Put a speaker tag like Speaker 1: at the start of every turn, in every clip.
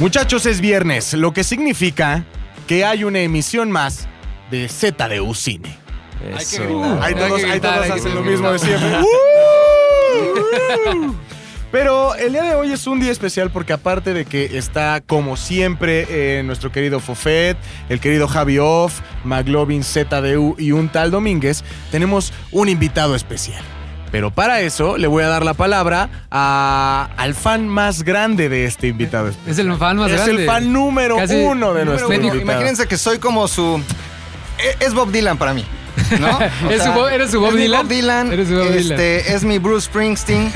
Speaker 1: Muchachos, es viernes, lo que significa que hay una emisión más de ZDU Cine.
Speaker 2: Eso.
Speaker 1: Ahí
Speaker 3: Hay que
Speaker 1: todos, ahí
Speaker 3: gritar,
Speaker 1: todos
Speaker 3: hay que
Speaker 1: hacen lo
Speaker 3: gritar.
Speaker 1: mismo de siempre. ¡Uh! ¡Uh! Pero el día de hoy es un día especial porque aparte de que está como siempre eh, nuestro querido Fofet, el querido Javi Off, Maglovin ZDU y un tal Domínguez, tenemos un invitado especial. Pero para eso le voy a dar la palabra a, al fan más grande de este invitado. especial.
Speaker 3: Es el fan más
Speaker 1: es
Speaker 3: grande.
Speaker 1: el fan número
Speaker 3: Casi
Speaker 1: uno de
Speaker 3: número
Speaker 1: nuestro
Speaker 3: uno.
Speaker 1: invitado.
Speaker 4: Imagínense que soy como su. e- Es Bob Dylan para mí. ¿No? O
Speaker 3: ¿Es su Bob- eres su Bob
Speaker 4: es mi
Speaker 3: Dylan?
Speaker 4: Bob Dylan.
Speaker 3: Eres su Bob
Speaker 4: este,
Speaker 3: Dylan.
Speaker 4: Es mi Bruce Springsteen.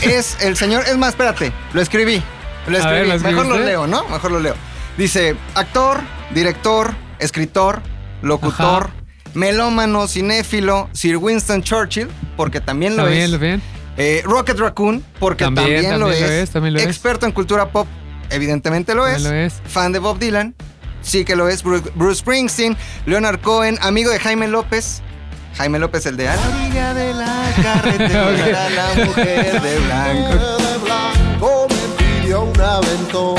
Speaker 4: es el señor. Es más, espérate. Lo escribí. Lo
Speaker 3: A ver,
Speaker 4: escribí.
Speaker 3: ¿lo
Speaker 4: Mejor lo
Speaker 3: escribiste?
Speaker 4: leo, ¿no? Mejor lo leo. Dice: actor, director, escritor, locutor,
Speaker 3: Ajá.
Speaker 4: melómano, cinéfilo, Sir Winston Churchill, porque también lo
Speaker 3: Está bien,
Speaker 4: es.
Speaker 3: lo bien.
Speaker 4: Eh, Rocket Raccoon, porque
Speaker 3: También,
Speaker 4: también, lo,
Speaker 3: también
Speaker 4: es.
Speaker 3: lo es, también lo es.
Speaker 4: Experto en cultura pop, evidentemente lo es.
Speaker 3: También lo es.
Speaker 4: Fan de Bob Dylan, sí que lo es. Bru- Bruce Springsteen, Leonard Cohen, amigo de Jaime López. Jaime López, el de A la orilla de la carretera,
Speaker 3: Ok.
Speaker 4: la mujer de blanco.
Speaker 5: de blanco me pidió un aventón.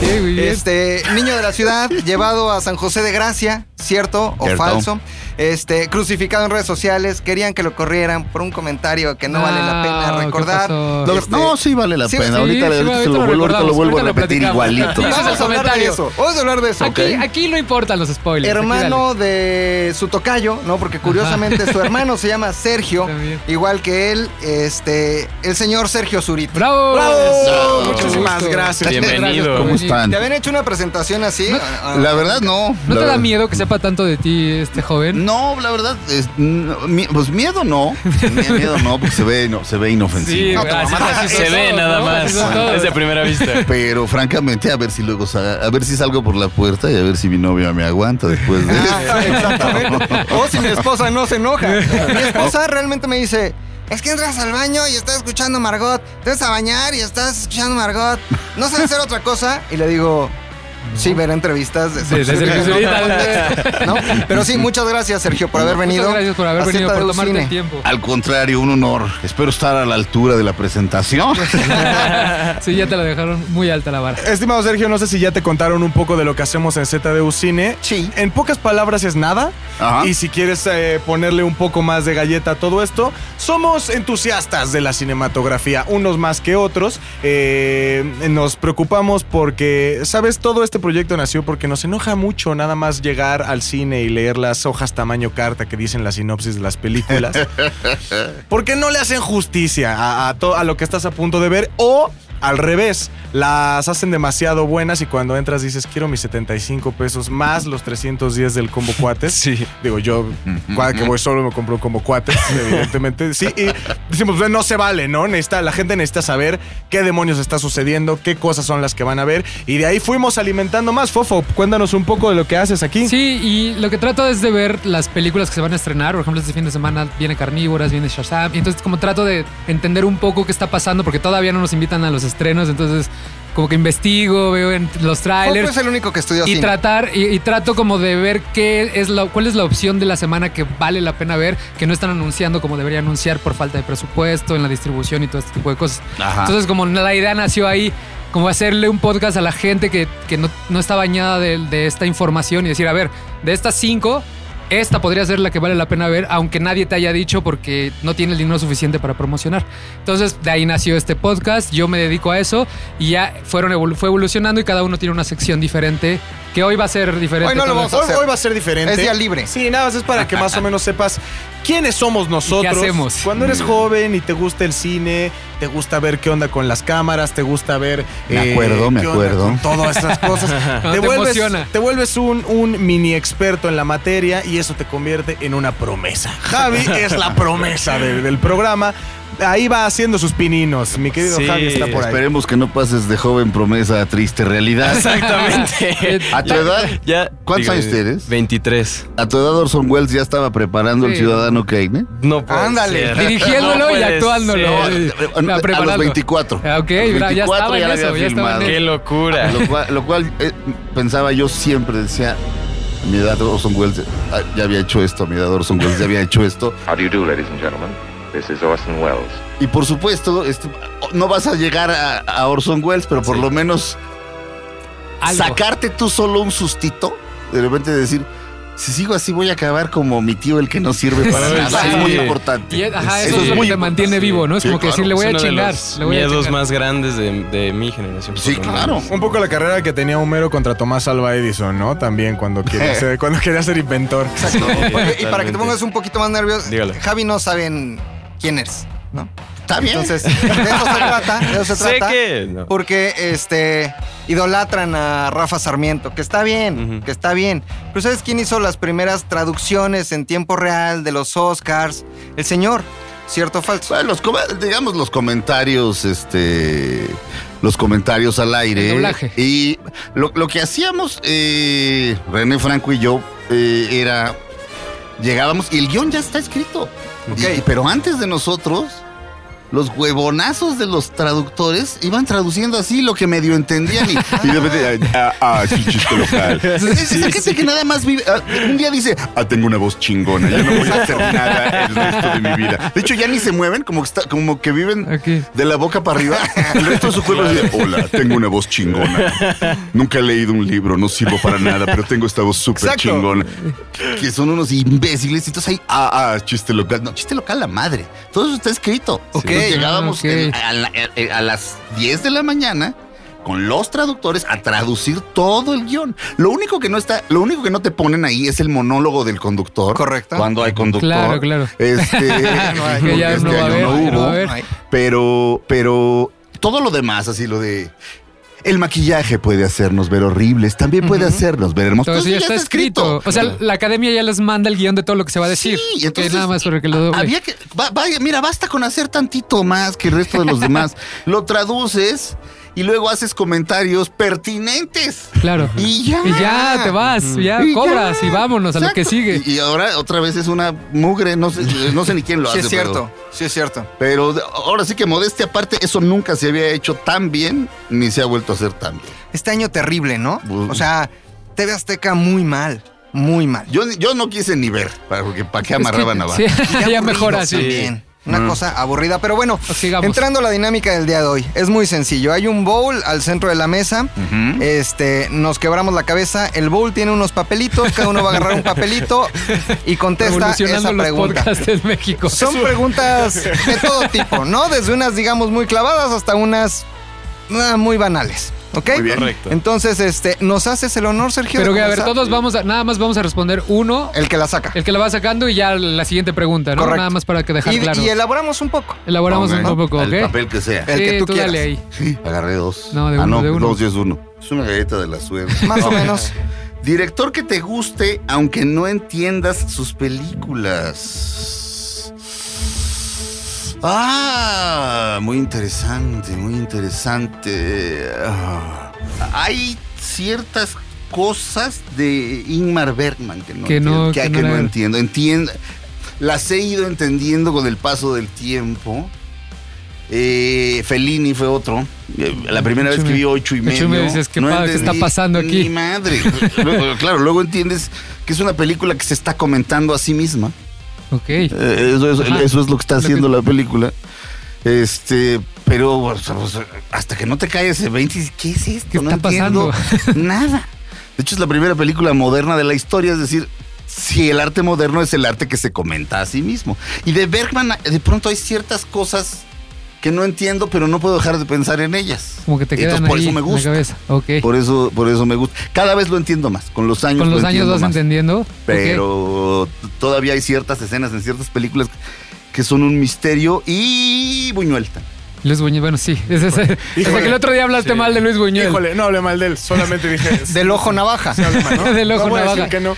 Speaker 3: Sí, muy bien.
Speaker 4: Este, niño de la ciudad, llevado a San José de Gracia, ¿cierto o
Speaker 2: Cierto.
Speaker 4: falso? Este, crucificado en redes sociales, querían que lo corrieran por un comentario que no, vale la
Speaker 3: No,
Speaker 4: pena
Speaker 3: ¿qué
Speaker 4: recordar.
Speaker 3: Ah, pasó? No,
Speaker 4: Lo-
Speaker 2: No, Este, no, sí vale la
Speaker 4: sí,
Speaker 2: pena.
Speaker 4: sí,
Speaker 2: ahorita,
Speaker 3: sí,
Speaker 2: ahorita
Speaker 3: ahorita
Speaker 2: se
Speaker 3: lo
Speaker 2: lo vuelvo, ahorita lo
Speaker 3: recordamos,
Speaker 2: vuelvo a
Speaker 3: ahorita lo
Speaker 2: repetir
Speaker 3: platicamos.
Speaker 2: igualito.
Speaker 3: Sí, sí,
Speaker 4: Vamos a hablar de
Speaker 3: comentario.
Speaker 4: eso. Vamos a hablar de eso.
Speaker 3: Aquí, aquí no importan los spoilers. aquí
Speaker 4: hermano de su tocayo, ¿no? Porque curiosamente su hermano se llama Sergio,
Speaker 3: También.
Speaker 4: igual que él, este, el señor Sergio Zurita. Oh,
Speaker 3: dale. ¡Bravo!
Speaker 1: ¡Bravo!
Speaker 3: Mucho
Speaker 1: Muchísimas
Speaker 3: gusto.
Speaker 1: gracias.
Speaker 6: Bienvenido.
Speaker 3: por
Speaker 2: ¿Cómo
Speaker 3: venir.
Speaker 2: están?
Speaker 4: ¿Te habían hecho una presentación así? Ah, ah.
Speaker 2: La verdad, no.
Speaker 3: ¿No
Speaker 2: La
Speaker 3: te da
Speaker 2: verdad-
Speaker 3: miedo que sepa tanto de ti este joven?
Speaker 2: No, la verdad, es- no, mi- pues miedo no. Mi- Miedo no, porque se ve, no, se ve
Speaker 3: Sí,
Speaker 2: inofensivo.
Speaker 3: güey, así- así
Speaker 6: se
Speaker 3: son
Speaker 6: ve
Speaker 3: todos,
Speaker 6: nada
Speaker 3: ¿no?
Speaker 6: más.
Speaker 3: Así son todos.
Speaker 6: Es de primera vista.
Speaker 2: Pero francamente, a ver si luego sa- a ver si salgo por la puerta y a ver si mi novia me aguanta después de eso.
Speaker 4: Ah, exactamente. O si mi esposa no se enoja. Mi esposa
Speaker 2: Oh.
Speaker 4: realmente me dice. Es que entras al baño y estás escuchando Margot. Te vas a bañar y estás escuchando Margot. ¿No sabes hacer otra cosa? Y le digo, sí, ver entrevistas de
Speaker 3: Sí, de Sergio Zurita.
Speaker 4: ¿no? Pero sí, muchas gracias, Sergio, por haber venido.
Speaker 3: Muchas gracias por haber
Speaker 4: a
Speaker 3: venido, por
Speaker 4: ZDU
Speaker 3: tomarte
Speaker 4: Cine.
Speaker 3: el tiempo.
Speaker 2: Al contrario, un honor. Espero estar a la altura de la presentación.
Speaker 3: Sí, ya te la dejaron muy alta la vara.
Speaker 1: Estimado Sergio, no sé si ya te contaron un poco de lo que hacemos en ZDU Cine.
Speaker 4: Sí.
Speaker 1: En pocas palabras es nada.
Speaker 2: Ajá.
Speaker 1: Y si quieres eh, ponerle un poco más de galleta a todo esto, somos entusiastas de la cinematografía, unos más que otros. Eh, nos preocupamos porque, ¿sabes? Todo este proyecto nació porque nos enoja mucho nada más llegar al cine y leer las hojas tamaño carta que dicen la sinopsis de las películas. Porque no le hacen justicia a, a to- a lo que estás a punto de ver o al revés, las hacen demasiado buenas y cuando entras dices quiero mis 75 pesos más los 310 del combo cuates.
Speaker 6: Sí.
Speaker 1: Digo, yo cada que voy solo me compro un combo cuates, evidentemente. Sí, y decimos, "Bueno, no se vale, ¿no? Necesita, la gente necesita saber qué demonios está sucediendo, qué cosas son las que van a ver. Y de ahí fuimos alimentando más. Fofo, cuéntanos un poco de lo que haces aquí.
Speaker 3: Sí, y lo que trato es de ver las películas que se van a estrenar. Por ejemplo, este fin de semana viene Carnívoras, viene Shazam. Y entonces como trato de entender un poco qué está pasando, porque todavía no nos invitan a los estrenos. Entonces como que investigo, veo en los
Speaker 4: Fofo
Speaker 3: trailers.
Speaker 4: es el único que estudió
Speaker 3: Ah, y
Speaker 4: cine.
Speaker 3: tratar y, y trato como de ver qué es la, cuál es la opción de la semana que vale la pena ver que no están anunciando como debería anunciar por falta de presupuesto en la distribución y todo este tipo de cosas
Speaker 2: Ajá.
Speaker 3: entonces como la idea nació ahí como hacerle un podcast a la gente que, que no, no está bañada de, de esta información y decir a ver de estas cinco esta podría ser la que vale la pena ver, aunque nadie te haya dicho porque no tiene el dinero suficiente para promocionar. Entonces, de ahí nació este podcast, yo me dedico a eso y ya fueron evolu- fue evolucionando y cada uno tiene una sección diferente, que hoy va a ser diferente.
Speaker 4: Hoy no lo
Speaker 3: todo
Speaker 4: vamos
Speaker 3: esto.
Speaker 1: Hoy,
Speaker 4: a hacer.
Speaker 1: hoy va a ser diferente.
Speaker 4: Es día libre.
Speaker 1: Sí, nada más es para que más o menos sepas quiénes somos nosotros.
Speaker 3: hacemos?
Speaker 1: Cuando eres joven y te gusta el cine, te gusta ver qué onda con las cámaras, te gusta ver. eh,
Speaker 2: Me acuerdo, me
Speaker 1: qué onda
Speaker 2: acuerdo.
Speaker 1: con Todas esas cosas.
Speaker 3: Cuando te
Speaker 1: vuelves,
Speaker 3: emociona.
Speaker 1: te vuelves un, un mini experto en la materia y eso te convierte en una promesa. Javi es la promesa de- del programa. Ahí va haciendo sus pininos. Mi querido
Speaker 6: Sí,
Speaker 1: Javi está por ahí.
Speaker 2: Esperemos que no pases de joven promesa a triste realidad.
Speaker 6: Exactamente.
Speaker 2: A tu edad,
Speaker 6: Ya,
Speaker 2: ¿Cuántos años tienes?
Speaker 6: 23.
Speaker 2: a tu edad Orson Welles ya estaba preparando el
Speaker 3: Sí.
Speaker 2: ciudadano Kane. ¿eh?
Speaker 6: No puede
Speaker 4: Ándale.
Speaker 6: ser.
Speaker 3: Dirigiéndolo
Speaker 6: No
Speaker 3: y
Speaker 6: puede
Speaker 3: actuándolo.
Speaker 6: ser.
Speaker 3: Sí.
Speaker 2: A,
Speaker 3: No,
Speaker 2: a los
Speaker 3: preparando.
Speaker 2: 24.
Speaker 3: Ah, ok,
Speaker 2: A los
Speaker 3: ya estaba en
Speaker 2: la
Speaker 3: eso,
Speaker 2: había
Speaker 3: ya estaba en
Speaker 2: filmado.
Speaker 3: eso.
Speaker 6: Qué locura.
Speaker 2: Lo cual, lo cual, eh, pensaba yo siempre, decía, a mi edad Orson Welles ah, ya había hecho esto, a mi edad Orson Welles ya había hecho esto.
Speaker 7: How do you do, ladies and gentlemen? This is Orson Welles.
Speaker 2: Y por supuesto, este, no vas a llegar a, a Orson Welles, pero por lo menos
Speaker 3: algo.
Speaker 2: sacarte tú solo un sustito, de repente decir, si sigo así voy a acabar como mi tío el que no sirve para
Speaker 6: Sí.
Speaker 2: nada. Es muy
Speaker 6: Sí.
Speaker 2: importante.
Speaker 3: Y, ajá, eso,
Speaker 6: Eso
Speaker 3: es
Speaker 6: es
Speaker 3: lo
Speaker 6: muy
Speaker 3: que te mantiene vivo, ¿no? Es
Speaker 2: Sí,
Speaker 3: como que
Speaker 2: claro.
Speaker 3: decir, le voy
Speaker 6: Es
Speaker 3: a
Speaker 6: uno de
Speaker 3: chingar.
Speaker 6: los
Speaker 3: le voy a
Speaker 6: miedos
Speaker 3: chingar.
Speaker 6: más grandes de, de mi generación. por
Speaker 2: Sí,
Speaker 6: lo menos.
Speaker 2: claro.
Speaker 1: Un poco la carrera que tenía Homero contra Tomás Alva Edison, ¿no? También cuando
Speaker 2: Eh.
Speaker 1: quería ser, cuando quería ser inventor.
Speaker 4: Exacto. Oye, y para que
Speaker 6: totalmente.
Speaker 4: te pongas un poquito más nervioso,
Speaker 6: Dígale.
Speaker 4: Javi no saben quién eres, ¿no?
Speaker 2: Está bien.
Speaker 4: Entonces, de eso se trata, de eso se
Speaker 6: Sé
Speaker 4: trata.
Speaker 6: que. no.
Speaker 4: Porque este idolatran a Rafa Sarmiento, que está bien,
Speaker 6: Ujú.
Speaker 4: que está bien. Pero ¿sabes quién hizo las primeras traducciones en tiempo real de los Oscars? El señor, ¿cierto o falso?
Speaker 2: Pues, Bueno, los com- digamos los comentarios, este, los comentarios al aire.
Speaker 3: El doblaje.
Speaker 2: Y lo, lo que hacíamos, eh, René Franco y yo, eh, era, llegábamos y el guión ya está escrito. Y- y- Este, pero antes de nosotros, los huevonazos de los traductores iban traduciendo así lo que medio entendían y, y de repente, ah, ah, ah, sí, chiste local. Es, es gente que nada más vive, ah, un día dice, ah, tengo una voz chingona, ya no voy a hacer nada el resto de mi vida. De hecho, ya ni se mueven, como que, está- como que viven
Speaker 3: Aquí.
Speaker 2: de la boca para arriba. El resto de su cuerpo dice, hola, tengo una voz chingona. Nunca he leído un libro, no sirvo para nada, pero tengo esta voz súper
Speaker 4: Exacto.
Speaker 2: chingona. Que son unos imbéciles. Entonces ahí, ah, ah, chiste local. No, chiste local, la madre. Todo eso está escrito.
Speaker 4: Ok.
Speaker 2: Entonces llegábamos
Speaker 3: Ok.
Speaker 2: en- a, la- eh, a las 10 de la mañana con los traductores a traducir todo el guión. Lo único que no está, lo único que no te ponen ahí es el monólogo del conductor.
Speaker 4: Correcto.
Speaker 2: Cuando hay conductor.
Speaker 3: Claro, claro.
Speaker 2: Este,
Speaker 3: Que ya
Speaker 2: porque
Speaker 3: no va
Speaker 2: este
Speaker 3: a
Speaker 2: año
Speaker 3: haber,
Speaker 2: no
Speaker 3: ya no va a
Speaker 2: hubo.
Speaker 3: haber.
Speaker 4: Ay,
Speaker 2: Pero, pero todo lo demás, así lo de. El maquillaje puede hacernos ver horribles, también puede hacernos ver hermosos.
Speaker 3: Todo eso
Speaker 2: Entonces,
Speaker 3: ya está escrito. O sea, la academia ya les manda el guión de todo lo que se va a decir.
Speaker 2: Sí,
Speaker 3: Que
Speaker 2: entonces,
Speaker 3: nada más para que lo doble.
Speaker 2: Había que. va- vaya, mira, basta con hacer tantito más que el resto de los demás. lo traduces y luego haces comentarios pertinentes.
Speaker 3: Claro.
Speaker 2: Y ya.
Speaker 3: Y ya te vas, ya
Speaker 2: Y ya.
Speaker 3: cobras y vámonos a lo
Speaker 2: Exacto.
Speaker 3: que sigue.
Speaker 2: Y, y ahora otra vez es una mugre, no sé, no sé ni quién lo
Speaker 4: Sí
Speaker 2: hace.
Speaker 4: es
Speaker 2: pero-
Speaker 4: cierto, sí es cierto.
Speaker 2: Pero, ahora sí que modestia aparte, eso nunca se había hecho tan bien, ni se ha vuelto a hacer tan bien.
Speaker 4: Este año terrible, ¿no?
Speaker 2: Bu-
Speaker 4: O sea, TV Azteca muy mal, muy mal.
Speaker 2: Yo, yo no quise ni ver, para, porque para qué
Speaker 3: Es que-
Speaker 2: amarraban a
Speaker 3: Sí,
Speaker 4: Y
Speaker 3: ya,
Speaker 4: aburrido
Speaker 3: mejor así. Mm. Pues
Speaker 4: también. Una cosa aburrida, pero bueno,
Speaker 3: Sigamos.
Speaker 4: entrando a la dinámica del día de hoy, es muy sencillo. Hay un bowl al centro de la mesa,
Speaker 3: Mm.
Speaker 4: este, nos quebramos la cabeza, el bowl tiene unos papelitos, cada uno va a agarrar un papelito y contesta
Speaker 3: Revolucionando
Speaker 4: esa
Speaker 3: los
Speaker 4: pregunta.
Speaker 3: podcasts en México.
Speaker 4: Son preguntas de todo tipo, ¿no? Desde unas, digamos, muy clavadas hasta unas ah, muy banales, ¿ok?
Speaker 2: Muy bien.
Speaker 6: Correcto.
Speaker 4: Entonces, este, nos haces el honor, Sergio.
Speaker 3: Pero
Speaker 4: de
Speaker 3: que a ver,
Speaker 4: comenzar?
Speaker 3: todos vamos a, nada más vamos a responder uno,
Speaker 4: El que la saca.
Speaker 3: el que la va sacando y ya la siguiente pregunta, ¿no?
Speaker 4: Correcto.
Speaker 3: Nada más para que dejar
Speaker 4: Y,
Speaker 3: claro.
Speaker 4: y elaboramos un poco.
Speaker 3: Elaboramos
Speaker 2: Ok.
Speaker 3: un poco,
Speaker 2: El
Speaker 3: ¿ok?
Speaker 2: papel que sea.
Speaker 4: El
Speaker 3: Sí,
Speaker 4: que tú
Speaker 3: dale
Speaker 4: quieras.
Speaker 3: ahí.
Speaker 2: Agarré dos.
Speaker 3: No, de
Speaker 2: ah,
Speaker 3: uno,
Speaker 2: no,
Speaker 3: de uno.
Speaker 2: dos y es uno. Es una galleta de la suerte.
Speaker 4: Más o menos.
Speaker 2: Director que te guste, aunque no entiendas sus películas. Ah, muy interesante, muy interesante. Ah, hay ciertas cosas de Ingmar Bergman que no,
Speaker 3: Que no-
Speaker 2: entiendo, que,
Speaker 3: que no
Speaker 2: que no
Speaker 3: la-
Speaker 2: entiendo. Entiendo- Las he ido entendiendo con el paso del tiempo. Eh, Fellini fue otro. Eh, La primera vez que
Speaker 3: Chumi.
Speaker 2: vi ocho y
Speaker 3: De hecho,
Speaker 2: medio.
Speaker 3: me dices, ¿qué pa- qué está
Speaker 2: entendí
Speaker 3: pasando aquí?
Speaker 2: Ni madre. Luego, claro, luego entiendes que es una película que se está comentando a sí misma.
Speaker 3: Ok.
Speaker 2: Eh, Eso es,
Speaker 3: Ajá.
Speaker 2: eso es lo que está
Speaker 3: Lo que-
Speaker 2: haciendo la película. Este, pero o sea, pues, hasta que no te caes de 20, dices, ¿qué es esto?
Speaker 3: ¿Qué
Speaker 2: no
Speaker 3: está
Speaker 2: entiendo Nada. De hecho, es la primera película moderna de la historia, es decir, si el arte moderno es el arte que se comenta a sí mismo. Y de Bergman, de pronto hay ciertas cosas que no entiendo, pero no puedo dejar de pensar en ellas.
Speaker 3: Como que te
Speaker 2: Entonces,
Speaker 3: quedan
Speaker 2: por
Speaker 3: ahí
Speaker 2: eso me
Speaker 3: en la
Speaker 2: gusta.
Speaker 3: cabeza. Ok.
Speaker 2: Por eso, por eso me gusta. Cada vez lo entiendo más. Con los años
Speaker 3: Con los
Speaker 2: lo
Speaker 3: años
Speaker 2: entiendo
Speaker 3: vas
Speaker 2: más.
Speaker 3: entendiendo. ok.
Speaker 2: Pero t- todavía hay ciertas escenas en ciertas películas que son un misterio y Buñuel. también.
Speaker 3: Luis Buñuel, bueno, sí. Es ese-
Speaker 1: Híjole.
Speaker 3: hasta que el otro día hablaste mal de Luis Buñuel.
Speaker 1: Híjole, no hablé mal de él, solamente dije.
Speaker 4: Del ojo navaja.
Speaker 1: se habla mal, ¿no?
Speaker 3: Del ojo
Speaker 1: No voy a
Speaker 3: navaja.
Speaker 1: decir que no.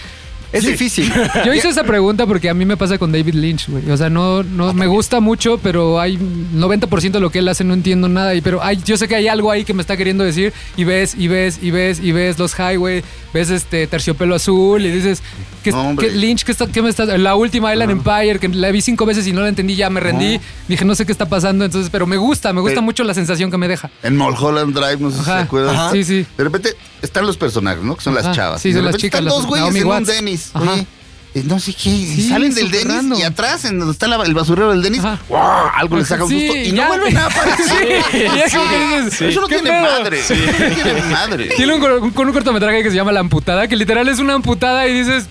Speaker 4: Es difícil.
Speaker 3: Yo hice esa pregunta porque a mí me pasa con David Lynch, güey. O sea, no, no me gusta mucho, pero hay 90% de lo que él hace no entiendo nada. Y, pero hay, yo sé que hay algo ahí que me está queriendo decir. Y ves, y ves, y ves, y ves los highway, ves este terciopelo azul y dices, ¿qué,
Speaker 2: No, hombre.
Speaker 3: qué- Lynch, ¿qué, está, qué me estás? La última Island Empire, que la vi cinco veces y no la entendí, ya me rendí. Dije, no sé qué está pasando. Entonces, pero me gusta, me gusta
Speaker 2: Pero-
Speaker 3: mucho la sensación que me deja.
Speaker 2: En Mulholland Drive, no sé si
Speaker 3: Ajá,
Speaker 2: se acuerdan.
Speaker 3: ajá. Sí, sí.
Speaker 2: De repente están los personajes, ¿no? Que son
Speaker 3: Ajá,
Speaker 2: las chavas.
Speaker 3: sí,
Speaker 2: Y de
Speaker 3: son las
Speaker 2: repente
Speaker 3: chicas,
Speaker 2: Están
Speaker 3: las-
Speaker 2: dos güeyes
Speaker 3: Naomi
Speaker 2: en un
Speaker 3: Watts.
Speaker 2: Dennis.
Speaker 3: Ajá.
Speaker 2: Oye, eh, no sé qué,
Speaker 3: Sí,
Speaker 2: salen del
Speaker 3: súper
Speaker 2: Denis
Speaker 3: random.
Speaker 2: y atrás, en donde está la- el basurero del Denis,
Speaker 3: Ajá.
Speaker 2: ¡guau! algo le saca un
Speaker 3: Sí,
Speaker 2: susto y
Speaker 3: ya.
Speaker 2: no vuelve nada a aparecer.
Speaker 3: Sí, ya como que dices,
Speaker 2: Eso no
Speaker 3: ¿qué
Speaker 2: tiene
Speaker 3: pedo?
Speaker 2: madre. eso No tiene madre.
Speaker 3: Tiene un, cor- un- con un cortometraje que se llama La Amputada, que literal es una amputada y dices,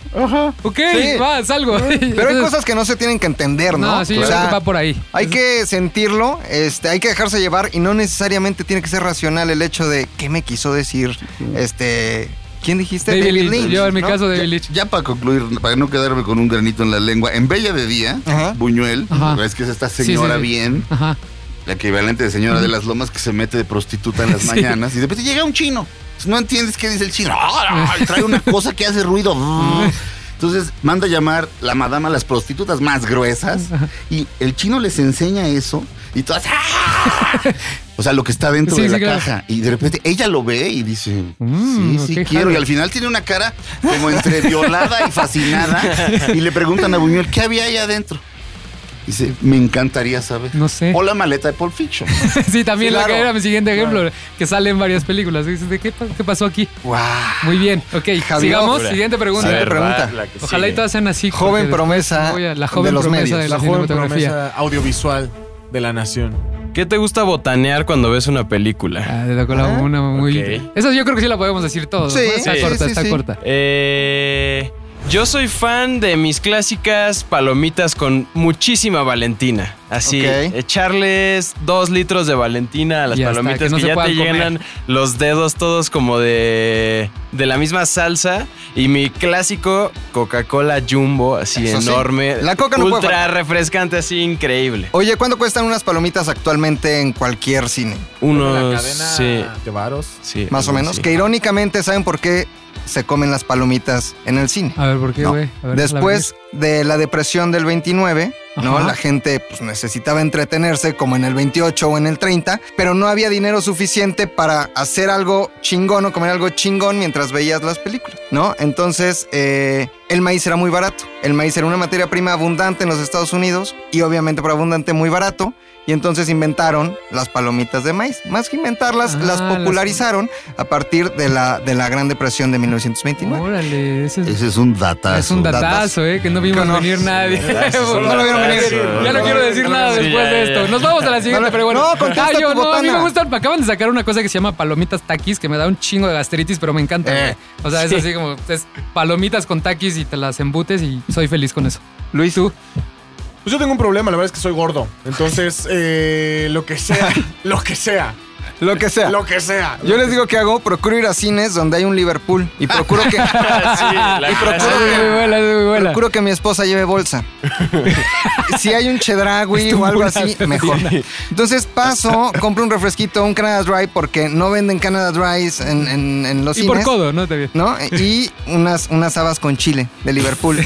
Speaker 3: ok,
Speaker 4: Sí.
Speaker 3: va, salgo.
Speaker 4: Pero hay cosas que no se tienen que entender, ¿no?
Speaker 3: No, sí, yo
Speaker 4: O
Speaker 3: creo
Speaker 4: sea,
Speaker 3: que va por ahí.
Speaker 4: Hay que sentirlo, este, hay que dejarse llevar y no necesariamente tiene que ser racional el hecho de qué me quiso decir, este, ¿quién dijiste?
Speaker 3: David Lynch. Yo en mi
Speaker 4: ¿no?
Speaker 3: caso, David Lynch.
Speaker 2: Ya para concluir, para no quedarme con un granito en la lengua, en Bella de Día,
Speaker 4: Ajá.
Speaker 2: Buñuel,
Speaker 3: Ajá.
Speaker 2: es que es esta
Speaker 3: Sí, sí,
Speaker 2: señora
Speaker 3: sí.
Speaker 2: bien,
Speaker 3: Ajá.
Speaker 2: la equivalente de señora de las lomas que se mete de prostituta en las
Speaker 3: Sí.
Speaker 2: mañanas y de repente llega un chino. Entonces, No entiendes qué dice el chino. ¡Ah! Trae una cosa que hace ruido. Entonces manda a llamar la madama a las prostitutas más gruesas y el chino les enseña eso y todas... ¡ah! O sea, lo que está dentro
Speaker 3: Sí,
Speaker 2: de
Speaker 3: sí,
Speaker 2: la
Speaker 3: claro.
Speaker 2: caja. Y de repente ella lo ve y dice,
Speaker 3: Mm,
Speaker 2: sí, sí,
Speaker 3: ok,
Speaker 2: quiero.
Speaker 3: jale.
Speaker 2: Y al final tiene una cara como entre violada y fascinada. Y le preguntan a Buñuel, ¿qué había ahí adentro? Dice, me encantaría saber.
Speaker 3: No sé.
Speaker 2: O la maleta de Pulp Fiction.
Speaker 3: sí, también
Speaker 4: Sí,
Speaker 3: la
Speaker 4: claro.
Speaker 3: que era mi siguiente ejemplo, que sale en varias películas. Dices, ¿de qué, pa- qué pasó aquí?
Speaker 2: ¡Wow!
Speaker 3: Muy bien, ok,
Speaker 4: Javier.
Speaker 3: sigamos.
Speaker 6: Ahora,
Speaker 3: Siguiente
Speaker 6: a
Speaker 3: pregunta.
Speaker 6: ver,
Speaker 4: pregunta.
Speaker 6: va la que
Speaker 3: Ojalá y
Speaker 6: sigue.
Speaker 3: todas sean así. porque
Speaker 4: Joven
Speaker 3: después
Speaker 4: promesa
Speaker 3: voy a-
Speaker 4: de
Speaker 3: la joven
Speaker 4: los
Speaker 3: promesa
Speaker 4: medios.
Speaker 3: de la,
Speaker 1: La joven
Speaker 3: cinematografía.
Speaker 1: promesa audiovisual de la nación.
Speaker 6: ¿Qué te gusta botanear cuando ves una película?
Speaker 3: Ah, te tocó la una muy.
Speaker 6: ok.
Speaker 3: Esa yo creo que sí la podemos decir todos.
Speaker 4: Sí,
Speaker 3: ¿no? Está
Speaker 6: sí,
Speaker 3: corta,
Speaker 4: sí,
Speaker 3: está
Speaker 4: sí.
Speaker 3: corta.
Speaker 6: Eh, yo soy fan de mis clásicas palomitas con muchísima Valentina. Así,
Speaker 4: Ok.
Speaker 6: echarles dos litros de Valentina a las
Speaker 3: Y hasta
Speaker 6: palomitas
Speaker 3: que
Speaker 6: que,
Speaker 3: no se
Speaker 6: ya te
Speaker 3: puedan comer.
Speaker 6: llenan los dedos todos como de, de la misma salsa. Y mi clásico Coca-Cola Jumbo, así
Speaker 4: Eso sí.
Speaker 6: enorme.
Speaker 4: La coca no puede
Speaker 6: Ultra
Speaker 4: faltar.
Speaker 6: refrescante, así increíble.
Speaker 4: Oye, ¿cuánto cuestan unas palomitas actualmente en cualquier cine? Pues,
Speaker 6: Unos. sí,
Speaker 1: de varos.
Speaker 6: sí,
Speaker 4: Más o
Speaker 6: algo
Speaker 4: menos.
Speaker 6: así.
Speaker 4: Que irónicamente, ¿saben por qué se comen las palomitas en el cine?
Speaker 3: A ver, ¿por qué,
Speaker 4: No.
Speaker 3: güey? A ver,
Speaker 4: Después de la depresión del 29, ¿no?
Speaker 3: Ajá.
Speaker 4: La gente pues, necesitaba entretenerse como en el 28 o en el 30, pero no había dinero suficiente para hacer algo chingón o comer algo chingón mientras veías las películas, ¿no? Entonces, eh, el maíz era muy barato. El maíz era una materia prima abundante en los Estados Unidos y obviamente por abundante muy barato. Y entonces inventaron las palomitas de maíz. Más que inventarlas,
Speaker 3: Ah,
Speaker 4: las
Speaker 3: las-
Speaker 4: popularizaron a partir de la, de la Gran Depresión de 1929.
Speaker 3: Órale, ese es,
Speaker 2: Ese es un datazo.
Speaker 3: es un datazo, ¿eh? Que no vimos
Speaker 4: Qué honor.
Speaker 3: venir nadie.
Speaker 6: datazo,
Speaker 3: no lo vieron venir.
Speaker 6: datazo.
Speaker 3: Ya no quiero decir nada
Speaker 6: Sí,
Speaker 3: después
Speaker 6: ya,
Speaker 3: de
Speaker 6: ya,
Speaker 3: esto.
Speaker 6: ya.
Speaker 3: Nos vamos a la siguiente,
Speaker 4: No,
Speaker 3: pero bueno.
Speaker 4: no, contesta
Speaker 3: Ah, yo
Speaker 4: tu
Speaker 3: no, a mí me
Speaker 4: botana.
Speaker 3: gustan. me Acaban de sacar una cosa que se llama palomitas taquis, que me da un chingo de gastritis, pero me encanta.
Speaker 4: Eh,
Speaker 3: güey. o sea,
Speaker 6: sí.
Speaker 3: es así como es palomitas con taquis y te las embutes y soy feliz con eso. Luis, tú.
Speaker 1: Pues yo tengo un problema, la verdad es que soy gordo. Entonces, eh, lo que sea, lo que sea,
Speaker 4: Lo que sea.
Speaker 1: lo que sea.
Speaker 4: Yo les digo que hago, procuro ir a cines donde hay un Liverpool y procuro que,
Speaker 6: Sí, la
Speaker 3: Esa
Speaker 6: clásica.
Speaker 3: es muy buena, esa es muy buena.
Speaker 4: procuro que mi esposa lleve bolsa. si hay un chedragui o algo así, mejor. Entonces paso, compro un refresquito, un Canada Dry, porque no venden Canada Drys en, en- en los
Speaker 3: Y por
Speaker 4: cines.
Speaker 3: codo, ¿no? Te vi.
Speaker 4: ¿No? Y unas, unas habas con chile de Liverpool.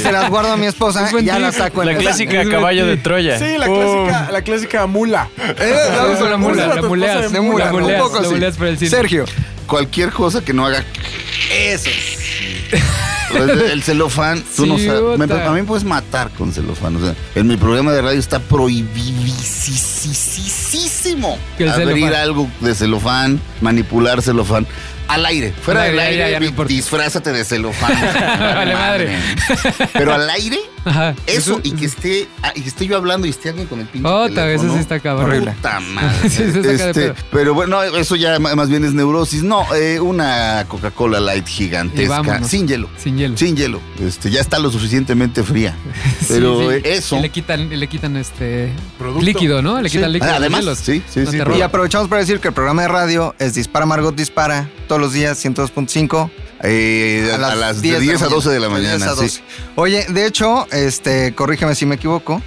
Speaker 4: Se las guardo a mi esposa
Speaker 3: Es buen
Speaker 4: y ya
Speaker 3: trip.
Speaker 4: las saco en
Speaker 6: La
Speaker 4: el-
Speaker 6: clásica caballo de Troya.
Speaker 1: Sí, la clásica,
Speaker 4: Oh.
Speaker 1: la clásica mula.
Speaker 4: Eh,
Speaker 3: Vamos con la mula,
Speaker 1: Usa
Speaker 3: la
Speaker 1: tu
Speaker 3: muleas,
Speaker 1: esposa de
Speaker 4: de mula,
Speaker 3: la
Speaker 4: un
Speaker 3: muleas,
Speaker 4: poco
Speaker 3: la
Speaker 4: sí.
Speaker 3: muleas por el cine.
Speaker 4: Sergio,
Speaker 2: Cualquier cosa que no haga. Eso. Pues, El celofán, tú no sabes. Me-
Speaker 3: Idiota.
Speaker 2: a mí me puedes matar con celofán. O sea, en mi programa de radio está prohibidísimo
Speaker 3: Que el
Speaker 2: abrir
Speaker 3: celofán.
Speaker 2: algo de celofán, manipular celofán al aire. Fuera
Speaker 3: Al
Speaker 2: del
Speaker 3: aire, ya,
Speaker 2: aire,
Speaker 3: ya, ya, no
Speaker 2: di-
Speaker 3: importa.
Speaker 2: disfrázate de celofán.
Speaker 3: Vale, madre.
Speaker 2: Pero al aire,
Speaker 3: Ajá.
Speaker 2: eso, y que esté, ah, y que esté yo hablando y esté alguien con el pinche.
Speaker 3: Otra vez, eso
Speaker 2: teléfono.
Speaker 3: sí está cabrón.
Speaker 2: Puta madre.
Speaker 3: Sí, se saca de
Speaker 2: Este,
Speaker 3: pedo.
Speaker 2: pero bueno, eso ya ma- más bien es neurosis. No, eh, una Coca-Cola Light
Speaker 3: Y
Speaker 2: gigantesca.
Speaker 3: vámonos.
Speaker 2: Sin hielo.
Speaker 3: Sin hielo.
Speaker 2: Sin hielo. Este, ya está lo suficientemente fría. Pero
Speaker 3: Sí, sí.
Speaker 2: eh, eso.
Speaker 3: Y le quitan, y le quitan este
Speaker 1: Producto.
Speaker 3: líquido, ¿no? Le
Speaker 2: Sí.
Speaker 3: quitan líquido. a los
Speaker 2: Ah, Además,
Speaker 3: hielos.
Speaker 2: sí, sí,
Speaker 3: No
Speaker 2: sí,
Speaker 3: te
Speaker 2: pero-
Speaker 4: y
Speaker 3: roban.
Speaker 4: aprovechamos para decir que el programa de radio es Dispara Margot Dispara, todos los días 102.5.
Speaker 2: eh, a, las de 10,
Speaker 4: de la
Speaker 2: a 12 de la
Speaker 4: mañana,
Speaker 2: mañana.
Speaker 4: 10 a
Speaker 2: sí.
Speaker 4: 12. Oye, de hecho, este, corrígeme si me equivoco,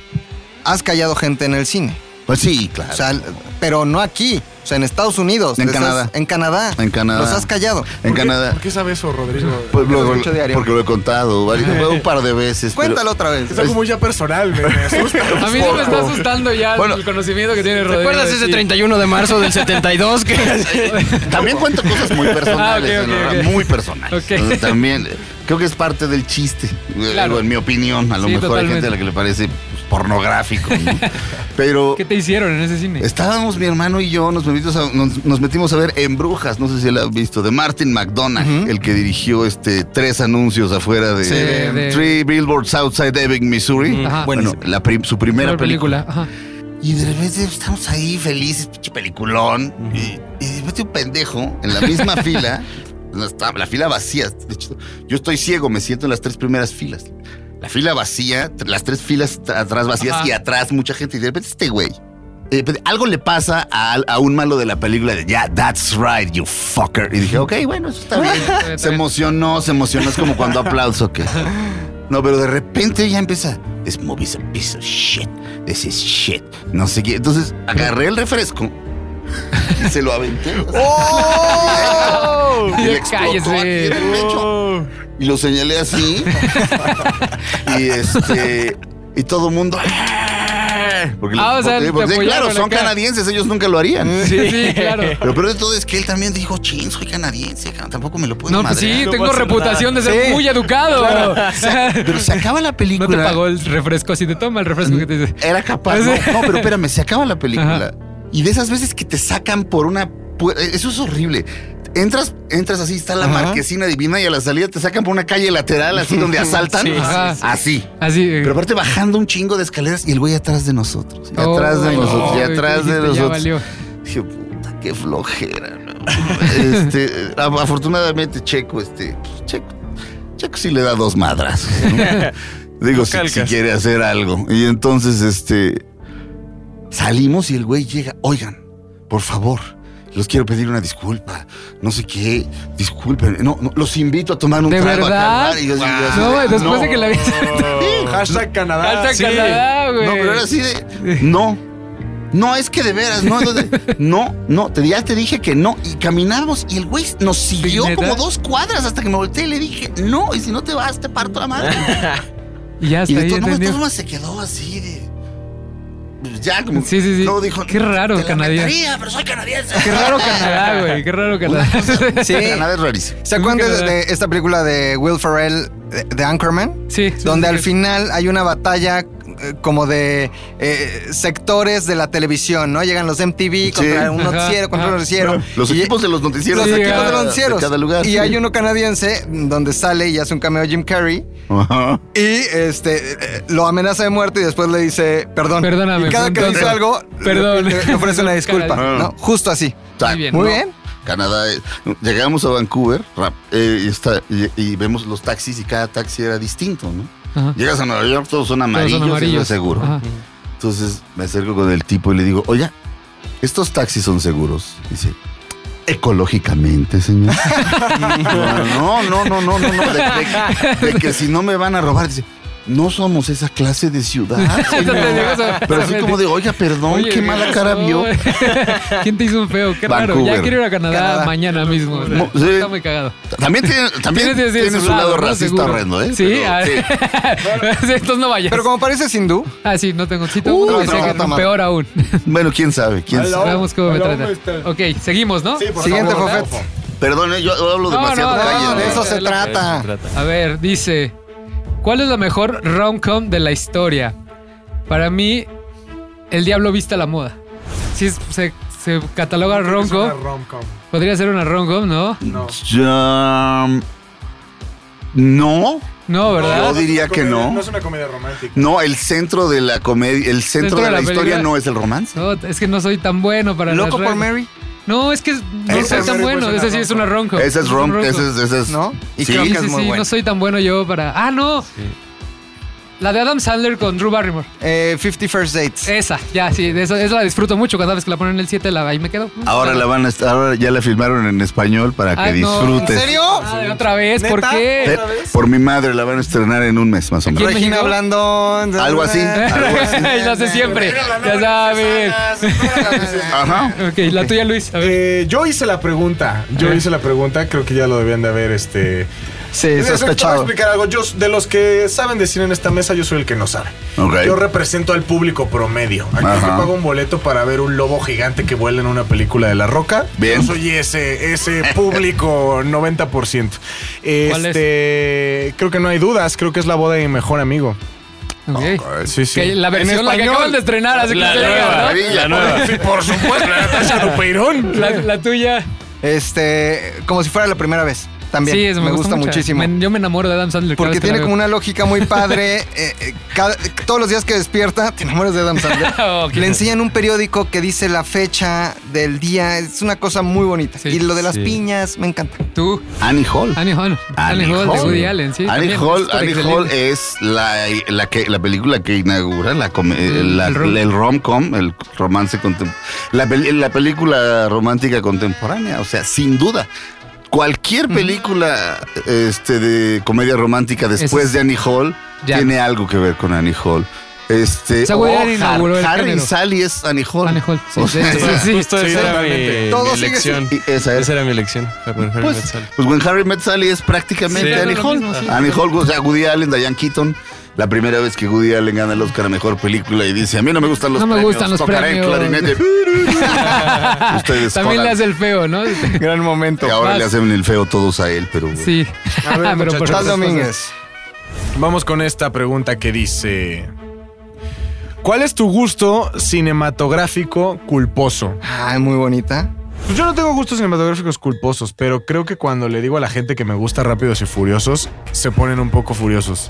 Speaker 4: has callado gente en el cine.
Speaker 2: Pues sí, claro.
Speaker 4: O sea, pero no aquí, o sea, en Estados Unidos.
Speaker 2: En
Speaker 4: les has-
Speaker 2: Canadá.
Speaker 4: en Canadá.
Speaker 2: En Canadá.
Speaker 4: Los has callado.
Speaker 1: ¿Por
Speaker 2: en
Speaker 1: qué-
Speaker 2: Canadá.
Speaker 1: ¿Por qué sabe eso, Rodrigo?
Speaker 2: Pues,
Speaker 4: lo
Speaker 2: luego-
Speaker 4: escucho diario.
Speaker 2: porque lo he contado varias- un par de veces. pero-
Speaker 4: Cuéntalo otra
Speaker 1: Es
Speaker 4: vez.
Speaker 1: algo
Speaker 2: pues,
Speaker 1: muy ya personal, me, me asusta.
Speaker 3: A mí sí me está asustando ya
Speaker 2: Bueno,
Speaker 3: el conocimiento que tiene Rodrigo.
Speaker 6: ¿Recuerdas
Speaker 3: de
Speaker 6: ese
Speaker 3: ti?
Speaker 6: 31 de marzo del 72 que
Speaker 2: También cuento cosas muy personales,
Speaker 3: Ah, ok, ok,
Speaker 2: ¿no?
Speaker 3: ok.
Speaker 2: muy personales.
Speaker 3: Ok.
Speaker 2: Entonces, también eh, creo que es parte del chiste, eh,
Speaker 3: Claro.
Speaker 2: digo, en mi opinión. A lo
Speaker 3: Sí,
Speaker 2: mejor hay gente
Speaker 3: totalmente.
Speaker 2: a la que le parece pues, pornográfico. ¿no? Pero
Speaker 3: ¿Qué te hicieron en ese cine?
Speaker 2: estábamos mi hermano y yo, nos metimos a, nos, nos metimos a ver En Brujas, no sé si la has visto, de Martin McDonagh, el que dirigió este tres anuncios afuera de,
Speaker 3: Sí, de-
Speaker 2: Three Billboards Outside Ebbing, Missouri.
Speaker 3: Ujú. Ajá.
Speaker 2: Bueno, la prim- su primera
Speaker 3: Una
Speaker 2: película.
Speaker 3: película. ajá.
Speaker 2: Y de repente estamos ahí felices, pinche peliculón. y, y de repente un pendejo en la misma fila, no está- la fila vacía. De hecho, yo estoy ciego, me siento en las tres primeras filas. La fila vacía, tr- las tres filas tr- atrás vacías
Speaker 3: Ajá.
Speaker 2: y atrás mucha gente. Y de repente este güey, de repente algo le pasa a, al- a un malo de la película de, ya, that's right, you fucker. Y dije, ok, bueno, eso está bien.
Speaker 3: bien, está
Speaker 2: se
Speaker 3: bien.
Speaker 2: emocionó, se emocionó. Es como cuando aplaudes, ok. No, pero de repente ya empieza. This movie's a piece of shit. This is shit. No sé qué. Entonces agarré el refresco y se lo aventé.
Speaker 1: ¡Oh!
Speaker 2: Y le explotó aquí
Speaker 3: Cállese. Oh.
Speaker 2: en el pecho. Y lo señalé así. y este. Y todo el mundo. "Ah", Porque,
Speaker 3: Ah, o sea,
Speaker 2: porque-
Speaker 3: te
Speaker 2: porque,
Speaker 3: apoyaron
Speaker 2: claro,
Speaker 3: acá.
Speaker 2: son canadienses, "Ah, ellos nunca lo harían.
Speaker 3: Sí, claro.
Speaker 2: Pero peor de todo es que él también dijo, chin, soy canadiense, cabrón, tampoco me lo puedo
Speaker 3: No, pues
Speaker 2: madrear".
Speaker 3: sí,
Speaker 6: no
Speaker 3: tengo
Speaker 6: pasa
Speaker 3: reputación de ser
Speaker 4: Sí.
Speaker 3: muy educado.
Speaker 2: Pero se acaba la película.
Speaker 3: no te pagó el refresco, así te toma el refresco que te dice.
Speaker 2: Era capaz. No,
Speaker 3: Sí.
Speaker 2: no, pero espérame, se acaba la película. Y de esas veces que te sacan por una pu- eh, Eso es horrible. Entras, entras así, está la
Speaker 4: Ajá.
Speaker 2: marquesina divina y a la salida te sacan por una calle lateral, así donde asaltan.
Speaker 6: Sí, sí,
Speaker 3: Ah, sí.
Speaker 2: Así.
Speaker 3: Así.
Speaker 2: Pero aparte bajando un chingo de escaleras y el güey atrás de nosotros. Y atrás de
Speaker 3: Oh,
Speaker 2: nosotros. y
Speaker 3: no,
Speaker 2: atrás de
Speaker 3: dijiste, Ya
Speaker 2: nosotros.
Speaker 3: valió.
Speaker 2: Dije, puta, qué flojera. ¿no? Este, af- afortunadamente, Checo, este, pues, Checo, Checo sí le da dos madras. ¿no? Digo, si, si
Speaker 6: calcas.
Speaker 2: quiere hacer algo. Y entonces, este, salimos y el güey llega, oigan, por favor. Los quiero pedir una disculpa. No sé qué. Disculpen. No, no, los invito a tomar un
Speaker 3: ¿De
Speaker 2: trago. a
Speaker 3: verdad?
Speaker 2: calmar. Y yo- y yo así
Speaker 3: No,
Speaker 2: de,
Speaker 3: güey, después
Speaker 2: Ah, "No". Ah,
Speaker 3: de que la viste.
Speaker 1: Hashtag Canadá.
Speaker 3: Alta
Speaker 6: sí.
Speaker 3: Canadá, güey.
Speaker 2: No, pero era así de. No. No, es que de veras, no, no, de- no, no, te, ya te dije que no. Y caminamos y el güey nos siguió
Speaker 3: ¿Sí, neta?
Speaker 2: como dos cuadras hasta que me volteé y le dije, no, y si no te vas, te parto la madre.
Speaker 3: Y ya
Speaker 2: y
Speaker 3: hasta
Speaker 2: de
Speaker 3: ahí
Speaker 2: todas
Speaker 3: entendió.
Speaker 2: formas se quedó así de. pues, Ya, como.
Speaker 3: Sí, sí, sí.
Speaker 2: No, dijo.
Speaker 3: Qué raro,
Speaker 2: "Te la
Speaker 3: canadiense".
Speaker 2: mataría, pero soy canadiense.
Speaker 3: Qué raro Canadá, güey. Qué raro Canadá.
Speaker 4: Sí.
Speaker 2: Canadá es rarísimo.
Speaker 4: ¿Se acuerdan de,
Speaker 3: Nunca lo
Speaker 4: de esta película de Will Ferrell, de, de Anchorman?
Speaker 3: Sí.
Speaker 4: donde
Speaker 3: sí,
Speaker 4: al
Speaker 3: sí.
Speaker 4: final hay una batalla eh, como de eh, sectores de la televisión, ¿no? Llegan los MTV
Speaker 2: Sí.
Speaker 4: contra un
Speaker 3: Ajá,
Speaker 4: noticiero, contra
Speaker 3: ajá.
Speaker 4: un noticiero.
Speaker 2: Los
Speaker 4: Y-
Speaker 2: equipos de los noticieros
Speaker 4: los
Speaker 2: de
Speaker 4: equipos
Speaker 2: cada-
Speaker 4: de los noticieros.
Speaker 2: de cada lugar.
Speaker 4: y
Speaker 2: sí.
Speaker 4: hay uno canadiense donde sale y hace un cameo Jim Carrey
Speaker 2: Ajá.
Speaker 4: y este eh, lo amenaza de muerte y después le dice perdón.
Speaker 3: Perdóname,
Speaker 4: Y cada que le
Speaker 3: entonces,
Speaker 4: dice algo,
Speaker 3: perdón.
Speaker 4: Le, le ofrece una disculpa,
Speaker 2: Canadá.
Speaker 4: ¿no? Justo así.
Speaker 2: Tac,
Speaker 3: bien.
Speaker 4: Muy
Speaker 2: ¿no?
Speaker 4: bien.
Speaker 2: Canadá. eh, Llegamos a Vancouver rap, eh, y, está- y- y vemos los taxis y cada taxi era distinto, ¿no?
Speaker 3: Ajá.
Speaker 2: Llegas a Nueva York, todos son
Speaker 3: Todos
Speaker 2: amarillos,
Speaker 3: son
Speaker 2: eso
Speaker 3: amarillos.
Speaker 2: es seguro. Ah,
Speaker 3: Ajá.
Speaker 2: Entonces me acerco con el tipo y le digo, oye, estos taxis son seguros. Dice, ecológicamente, señor. no, no, no, no, no, no. De, de- de que si no me van a robar, dice, no somos esa clase de ciudad.
Speaker 3: Te
Speaker 2: señor".
Speaker 3: digo eso.
Speaker 2: Pero así como de, oiga, perdón,
Speaker 3: Oye,
Speaker 2: qué mala cara
Speaker 3: no,
Speaker 2: vio.
Speaker 3: güey. ¿Quién te hizo un feo? Qué raro.
Speaker 2: Vancouver.
Speaker 3: Ya quiero ir a Canadá,
Speaker 4: Canadá.
Speaker 3: mañana mismo. o sea,
Speaker 2: Mo- sí.
Speaker 3: Está muy cagado.
Speaker 2: También tiene, también
Speaker 3: Tienes que decir
Speaker 2: tiene
Speaker 3: su
Speaker 2: su lado,
Speaker 3: lado, ¿no?
Speaker 2: racista
Speaker 3: Seguro.
Speaker 2: horrendo, ¿eh?
Speaker 3: Sí,
Speaker 2: Pero,
Speaker 3: ah, Sí, Entonces no vayas.
Speaker 4: Pero como pareces hindú,
Speaker 3: Ah, sí, no tengo. Sí, todo el mundo
Speaker 2: Uh,
Speaker 3: me decía
Speaker 2: no,
Speaker 3: que
Speaker 2: toma.
Speaker 3: peor aún.
Speaker 2: Bueno, quién sabe, quién
Speaker 1: Hello.
Speaker 2: sabe.
Speaker 3: Veamos cómo me
Speaker 1: Pero
Speaker 3: trata.
Speaker 1: ¿dónde está?
Speaker 3: Ok, seguimos, ¿no?
Speaker 1: Sí, por
Speaker 4: Siguiente,
Speaker 1: favor.
Speaker 4: Fofet.
Speaker 2: Perdón, ¿eh? yo hablo
Speaker 3: No,
Speaker 2: demasiado
Speaker 3: no,
Speaker 2: calle,
Speaker 3: no,
Speaker 2: ¿no?
Speaker 4: de eso se
Speaker 3: la-
Speaker 4: trata.
Speaker 3: A ver, dice, ¿cuál es la mejor rom-com de la historia? Para mí, El Diablo Vista a la Moda. Si es- se, se cataloga
Speaker 1: Es
Speaker 3: rom-com,
Speaker 1: una rom-com.
Speaker 3: podría ser una rom-com, ¿no?
Speaker 1: No.
Speaker 2: Ya, No,
Speaker 3: No, ¿verdad?
Speaker 2: Yo diría
Speaker 1: es una
Speaker 2: que
Speaker 1: comedia-
Speaker 2: no.
Speaker 1: No es una comedia romántica.
Speaker 2: no, el centro de la comedia, el
Speaker 3: Centro
Speaker 2: centro de
Speaker 3: de
Speaker 2: la,
Speaker 3: la
Speaker 2: historia
Speaker 3: película.
Speaker 2: no es el romance.
Speaker 3: No, es que no soy tan bueno para las
Speaker 4: loco por
Speaker 3: redes.
Speaker 4: Mary,
Speaker 3: No, es que no
Speaker 2: Esa
Speaker 3: soy
Speaker 2: es-
Speaker 3: tan bueno. Ese sí es una rom-com.
Speaker 2: Esa es
Speaker 3: un
Speaker 2: rom,
Speaker 3: rom-com.
Speaker 2: esa es, esa es-
Speaker 4: ¿no? Y
Speaker 2: Sí,
Speaker 4: creo que
Speaker 3: Sí,
Speaker 4: es
Speaker 3: sí,
Speaker 4: muy
Speaker 3: sí,
Speaker 4: bueno.
Speaker 3: no soy tan bueno yo para... Ah, no. La de Adam Sandler con Drew Barrymore.
Speaker 4: Eh, 50 First Dates.
Speaker 3: Esa, ya, sí, de esa, esa la disfruto mucho. Cada vez que la ponen en el 7, la, ahí me quedo.
Speaker 2: Ahora la van a estar- ahora ya la filmaron en español para que
Speaker 3: Ah, no.
Speaker 2: disfrutes.
Speaker 4: ¿En serio?
Speaker 3: Madre, otra vez, ¿por
Speaker 4: ¿Neta?
Speaker 2: Eh,
Speaker 3: qué?
Speaker 2: Por mi madre la van a estrenar en un mes más o menos.
Speaker 3: ¿Quién
Speaker 4: Regina
Speaker 3: México?
Speaker 4: Blandón.
Speaker 2: Algo así, algo así.
Speaker 3: Lo hace siempre, ya saben.
Speaker 2: Ajá.
Speaker 3: Ok, la tuya, Luis. A ver.
Speaker 1: Eh, yo hice la pregunta. Yo hice la pregunta. Creo que ya lo debían de haber este.
Speaker 4: Sí,
Speaker 1: Les- les voy a
Speaker 4: sospechado.
Speaker 1: explicar algo. Yo, de los que saben decir en esta mesa, yo soy el que no sabe.
Speaker 2: Ok.
Speaker 1: Yo represento al público promedio. Aquí
Speaker 2: Ajá.
Speaker 1: que paga un boleto para ver un lobo gigante que vuela en una película de la roca.
Speaker 2: Bien.
Speaker 1: Yo soy ese, ese público 90%.
Speaker 3: ¿Cuál es?
Speaker 1: Este, Creo que no hay dudas. Creo que es la boda de mi mejor amigo.
Speaker 3: Ok.
Speaker 1: Sí, sí. este-
Speaker 3: Que la versión, la que
Speaker 1: español.
Speaker 3: acaban de estrenar hace
Speaker 6: La
Speaker 3: 15 días,
Speaker 6: nueva,
Speaker 3: ¿no?
Speaker 6: la nueva.
Speaker 1: Por supuesto, Natasha Lupeirón.
Speaker 3: La, la tuya.
Speaker 4: Este, como si fuera la primera vez. También.
Speaker 3: sí, eso
Speaker 4: me, gusta,
Speaker 3: mucho.
Speaker 4: muchísimo.
Speaker 3: Me- yo me enamoro de Adam Sandler. cada
Speaker 4: Porque
Speaker 3: vez que
Speaker 4: tiene
Speaker 3: la veo.
Speaker 4: como una lógica muy padre. eh, eh, cada- todos los días que despierta, te enamoras de Adam Sandler.
Speaker 3: Ok.
Speaker 4: Le enseñan un periódico que dice la fecha del día. Es una cosa muy bonita.
Speaker 3: Sí.
Speaker 4: y lo de las
Speaker 6: Sí.
Speaker 4: piñas, me encanta.
Speaker 3: Tú,
Speaker 2: Annie Hall.
Speaker 3: Annie Hall. Annie, Hall de Woody Allen, sí.
Speaker 2: Annie
Speaker 3: también,
Speaker 2: Hall,
Speaker 3: es por
Speaker 2: Annie
Speaker 3: excelencia.
Speaker 2: Hall es la, la, que, la película que inaugura la, com- eh, la-
Speaker 3: el rom-
Speaker 2: el rom-com, el romance contem- la, pel- la película romántica contemporánea. O sea, sin duda. Cualquier película este, de comedia romántica después
Speaker 3: es-
Speaker 2: de Annie Hall
Speaker 3: Ya.
Speaker 2: tiene algo que ver con Annie Hall. Este,
Speaker 3: O sea, Woody
Speaker 2: oh,
Speaker 3: Allen
Speaker 2: Har-
Speaker 3: inauguró el
Speaker 2: Harry y
Speaker 3: género.
Speaker 2: Sally es Annie Hall.
Speaker 3: Annie Hall, sí,
Speaker 2: O
Speaker 3: sí,
Speaker 2: sea,
Speaker 3: sí, sí.
Speaker 6: Justo
Speaker 1: Sí,
Speaker 6: esa era mi,
Speaker 1: totalmente.
Speaker 6: mi
Speaker 4: Todo sigue
Speaker 6: elección.
Speaker 2: y esa es.
Speaker 6: Esa era mi elección. Harry
Speaker 2: Pues,
Speaker 6: Met Sally.
Speaker 2: pues When Harry Met Sally es prácticamente
Speaker 3: Sí,
Speaker 2: Annie
Speaker 3: claro, lo
Speaker 2: Hall.
Speaker 3: mismo, sí.
Speaker 2: Annie Hall, o sea, Woody Allen, Diane Keaton. La primera vez que Woody Allen gana el Oscar a Mejor Película y dice, a mí no me gustan los
Speaker 3: No me
Speaker 2: premios.
Speaker 3: gustan los
Speaker 2: tocaré el
Speaker 3: premios".
Speaker 2: clarinete". Ustedes
Speaker 3: También le
Speaker 2: jodan.
Speaker 3: hace el feo, ¿no?
Speaker 1: Gran momento.
Speaker 2: Que ahora
Speaker 3: Vas.
Speaker 2: le hacen el feo todos a él, pero...
Speaker 3: Sí.
Speaker 1: A ver,
Speaker 3: Ah, Pero
Speaker 1: muchachos.
Speaker 3: por
Speaker 4: Tal
Speaker 3: otras cosas.
Speaker 4: Domínguez.
Speaker 1: Vamos con esta pregunta que dice... ¿Cuál es tu gusto cinematográfico culposo?
Speaker 4: Ay, muy bonita.
Speaker 1: Pues yo no tengo gustos cinematográficos culposos, pero creo que cuando le digo a la gente que me gusta Rápidos y Furiosos, se ponen un poco furiosos.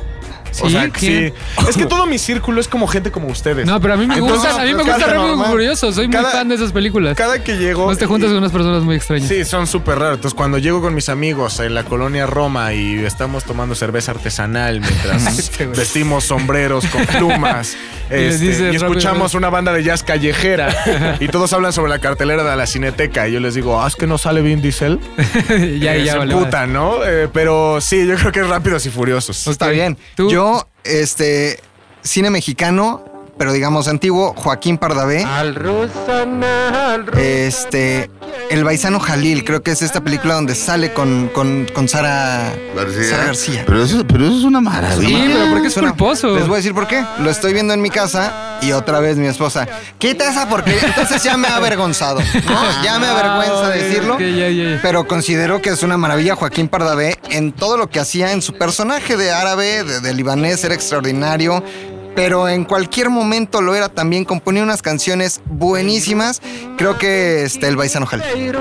Speaker 1: O
Speaker 3: ¿Sí?
Speaker 1: sea,
Speaker 3: ¿Quién?
Speaker 1: sí. Es que todo mi círculo es como gente como ustedes.
Speaker 3: No, pero a mí me
Speaker 1: Este, Entonces,
Speaker 3: gustan, a mí me
Speaker 1: cada-
Speaker 3: gusta Rápido
Speaker 1: normal.
Speaker 3: y Furioso. Soy muy
Speaker 1: Cada-
Speaker 3: fan de esas películas.
Speaker 1: Cada que llego...
Speaker 3: Más te juntas
Speaker 1: y-
Speaker 3: con unas personas muy extrañas.
Speaker 1: Sí, son súper raros. Entonces, cuando llego con mis amigos en la colonia Roma y estamos tomando cerveza artesanal mientras
Speaker 3: Este güey.
Speaker 1: vestimos sombreros con plumas
Speaker 3: Y les
Speaker 1: este,
Speaker 3: dices
Speaker 1: y
Speaker 3: rápido,
Speaker 1: escuchamos
Speaker 3: rápido.
Speaker 1: una banda de jazz callejera y todos hablan sobre la cartelera de la cineteca y yo les digo, ah, es que no sale Vin Diesel.
Speaker 3: ya,
Speaker 1: Eh,
Speaker 3: ya,
Speaker 1: se
Speaker 3: vale.
Speaker 1: emputan, ¿no? Eh, pero sí, yo creo que es Rápidos y Furiosos.
Speaker 4: Está
Speaker 3: Ok.
Speaker 4: bien.
Speaker 3: ¿Tú?
Speaker 4: Yo, este, cine mexicano, pero digamos antiguo, Joaquín Pardavé. Al Este, El Baisano Jalil, creo que es esta película donde sale con, con, con Sara Sara García.
Speaker 2: Pero eso, pero eso es una
Speaker 3: Sí,
Speaker 2: maravilla.
Speaker 3: pero ¿por qué es
Speaker 4: Suena-
Speaker 3: culposo?
Speaker 4: Les voy a decir por qué. Lo estoy viendo en mi casa y otra vez mi esposa. Quita esa porque entonces ya me ha avergonzado. ¿no? Ya me avergüenza
Speaker 3: Ah, ok,
Speaker 4: decirlo.
Speaker 3: ok, ya, ya, ya.
Speaker 4: Pero considero que es una maravilla Joaquín Pardavé en todo lo que hacía en su personaje de árabe, de, de libanés, era extraordinario. Pero en cualquier momento lo era también, componía unas canciones buenísimas. Creo que este, el Baisano Jalil.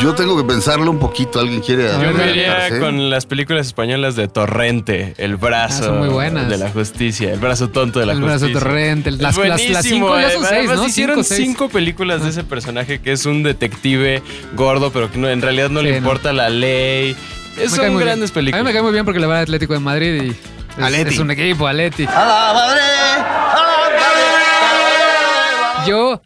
Speaker 2: Yo tengo que pensarlo un poquito. ¿Alguien quiere
Speaker 6: Yo me iría
Speaker 2: adelantarse?
Speaker 6: con las películas españolas de Torrente, El Brazo
Speaker 3: Ah, son muy buenas.
Speaker 6: de la Justicia, El Brazo Tonto de la
Speaker 3: El brazo
Speaker 6: Justicia.
Speaker 3: torrente, el- las,
Speaker 6: Es
Speaker 3: las, las cinco ya son
Speaker 6: eh.
Speaker 3: seis,
Speaker 6: Además,
Speaker 3: ¿no?
Speaker 6: Hicieron
Speaker 3: seis. Ah.
Speaker 6: cinco películas de ese personaje que es un detective gordo, pero que no- en realidad no
Speaker 3: Sí,
Speaker 6: le
Speaker 3: no.
Speaker 6: importa la ley. Es-
Speaker 3: Me cae
Speaker 6: Son
Speaker 3: muy bien.
Speaker 6: grandes
Speaker 3: A mí me cae
Speaker 6: películas.
Speaker 3: muy bien porque le va al Atlético de Madrid y es,
Speaker 4: Aleti.
Speaker 3: es un equipo, Aleti. Yo,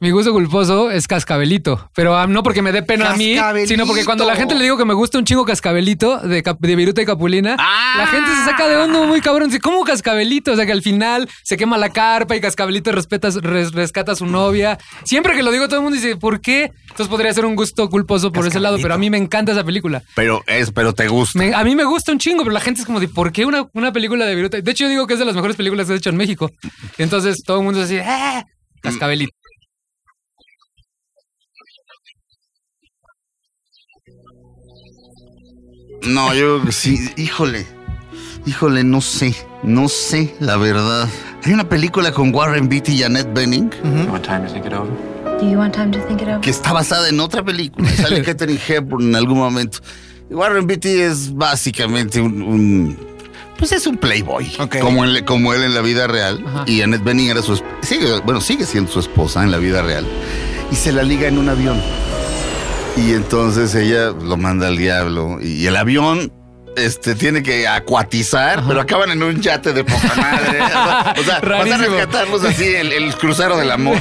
Speaker 3: mi gusto culposo es cascabelito, pero ah, no porque me dé pena a mí,
Speaker 4: Cascabelito.
Speaker 3: sino porque cuando a la gente le digo que me gusta un chingo cascabelito de, Cap- de Viruta y Capulina,
Speaker 6: Ah.
Speaker 3: la gente se saca de onda muy cabrón. Dice, ¿cómo cascabelito? O sea, que al final se quema la carpa y cascabelito respeta, su- res- rescata a su novia. Siempre que lo digo, todo el mundo dice, ¿por qué? Entonces podría ser un gusto culposo por ese lado, pero a mí me encanta esa película.
Speaker 2: Pero, es, pero te gusta.
Speaker 3: Me- a mí me gusta un chingo, pero la gente es como de, ¿por qué una, una película de Viruta? De hecho, yo digo que es de las mejores películas que se ha hecho en México. Y entonces todo el mundo es así, ¡ah! Cascabelito.
Speaker 2: No, yo sí, híjole. Híjole, no sé, no sé la verdad. Hay una película con Warren Beatty y Annette Bening
Speaker 8: Do you want time to think it over?
Speaker 2: que está basada en otra película. Sale Katherine Hepburn en algún momento. Warren Beatty es básicamente un, un- pues es un playboy,
Speaker 4: Ok.
Speaker 2: como, él, como él en la vida real.
Speaker 3: Ajá.
Speaker 2: Y Annette Bening era su esp- sigue, bueno sigue siendo su esposa en la vida real y se la liga en un avión. Y entonces ella lo manda al diablo y el avión este, tiene que acuatizar, pero acaban en un yate de poca madre. o sea, van a
Speaker 3: Rarísimo.
Speaker 2: rescatarlos así, el, el crucero del amor.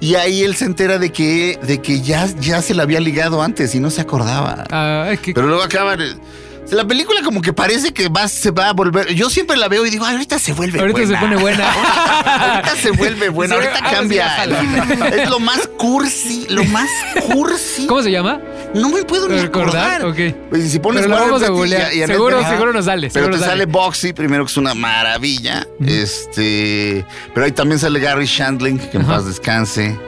Speaker 2: Y ahí él se entera de que, de que ya, ya se la había ligado antes y no se acordaba.
Speaker 3: Ah, es que-
Speaker 2: Pero luego acaban. eh, La película como que parece que va, se va a volver. Yo siempre la veo y digo, "Ay, ahorita se vuelve
Speaker 3: ahorita
Speaker 2: buena.
Speaker 3: se pone buena.
Speaker 2: Ahorita se vuelve buena,
Speaker 3: Sí,
Speaker 2: ahorita
Speaker 3: ahora sí
Speaker 2: cambia.
Speaker 3: ya jala.
Speaker 2: es lo más cursi, lo más cursi.
Speaker 3: ¿Cómo se llama?
Speaker 2: No me puedo ni
Speaker 3: ¿Recordar?
Speaker 2: acordar.
Speaker 3: Ok.
Speaker 2: Pues, si pones
Speaker 3: Pero lo
Speaker 2: Warren
Speaker 3: vamos a
Speaker 2: Beatty y
Speaker 3: googlear.
Speaker 2: y Annette
Speaker 3: Seguro,
Speaker 2: Bening,
Speaker 3: seguro nos sale.
Speaker 2: Pero
Speaker 3: seguro
Speaker 2: te
Speaker 3: nos
Speaker 2: sale Boxy primero, que es una maravilla. Este. Pero ahí también sale Gary Shandling, que en
Speaker 3: Ajá.
Speaker 2: paz descanse.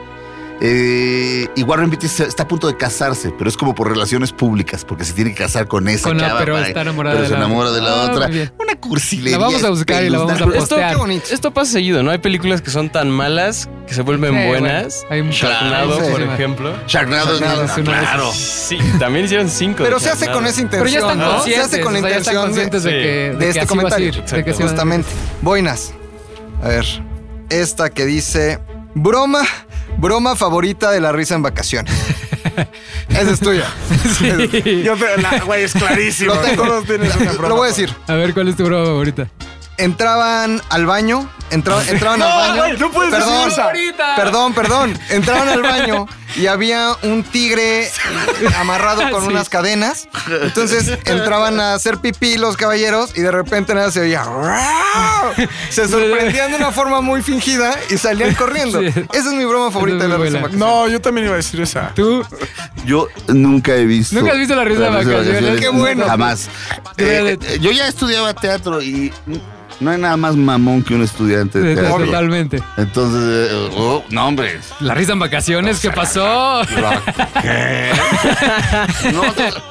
Speaker 2: Eh, y Warren Beatty se- está a punto de casarse, pero es como por relaciones públicas, porque se tiene que casar con esa
Speaker 3: Con la-
Speaker 2: chava,
Speaker 3: pero
Speaker 2: para-
Speaker 3: está enamorada
Speaker 2: pero
Speaker 3: de
Speaker 2: se
Speaker 3: la-
Speaker 2: enamora de la
Speaker 3: Ah,
Speaker 2: otra.
Speaker 3: muy bien.
Speaker 2: Una cursilería.
Speaker 3: La vamos a buscar y la vamos a
Speaker 2: espeluznante.
Speaker 6: Esto,
Speaker 3: postear.
Speaker 6: qué bonito. Esto pasa seguido, ¿no? Hay películas que son tan malas que se vuelven
Speaker 3: Sí,
Speaker 6: buenas.
Speaker 3: bueno, hay un-
Speaker 6: Sharknado,
Speaker 3: Sí,
Speaker 6: por
Speaker 3: sí,
Speaker 6: ejemplo.
Speaker 2: Sharknado es
Speaker 4: Sharknado
Speaker 2: nada,
Speaker 3: es una de esas.
Speaker 2: claro.
Speaker 6: Sí, también hicieron cinco. de
Speaker 4: Pero se hace con
Speaker 6: Sharknado.
Speaker 4: esa intención.
Speaker 3: Pero ya están
Speaker 4: ¿no? Se
Speaker 3: conscientes.
Speaker 4: hace con la
Speaker 3: o sea, ya están
Speaker 4: intención de,
Speaker 3: conscientes de,
Speaker 6: Sí.
Speaker 3: que,
Speaker 4: de
Speaker 3: que así
Speaker 4: este
Speaker 3: va a
Speaker 4: comentario.
Speaker 3: ir, de que así va a ir.
Speaker 4: justamente. Boinas. A ver. Esta que dice. Broma. Broma favorita de la risa en vacaciones. Esa es tuya.
Speaker 1: Yo, pero la, güey, es clarísimo.
Speaker 4: Lo tengo.
Speaker 1: Todos tienen una broma.
Speaker 4: Lo voy a decir.
Speaker 3: A ver, ¿cuál es tu broma favorita?
Speaker 4: Entraban al baño. entra- entraban al baño.
Speaker 1: güey, no puedes decir
Speaker 4: perdón,
Speaker 1: esa.
Speaker 3: Favorita.
Speaker 4: Perdón, perdón. Entraban al baño y había un tigre amarrado con
Speaker 3: Sí.
Speaker 4: unas cadenas. Entonces entraban a hacer pipí los caballeros y de repente nada se oía. Se sorprendían de una forma muy fingida y salían corriendo.
Speaker 3: Sí.
Speaker 4: Esa es mi broma favorita de
Speaker 3: Esa es
Speaker 4: la
Speaker 3: muy
Speaker 4: risa en
Speaker 3: buena.
Speaker 4: vacaciones.
Speaker 1: No, yo también iba a decir esa.
Speaker 3: Tú,
Speaker 2: Yo nunca he visto.
Speaker 3: ¿Nunca has visto La Risa de Vacaciones?
Speaker 4: Qué bueno.
Speaker 2: Jamás. Eh, eh, yo ya estudiaba teatro y no hay nada más mamón que un estudiante de teatro.
Speaker 3: eh, totalmente.
Speaker 2: Entonces, eh, oh, no, hombre.
Speaker 3: La risa en vacaciones, ¿qué pasó?
Speaker 2: No,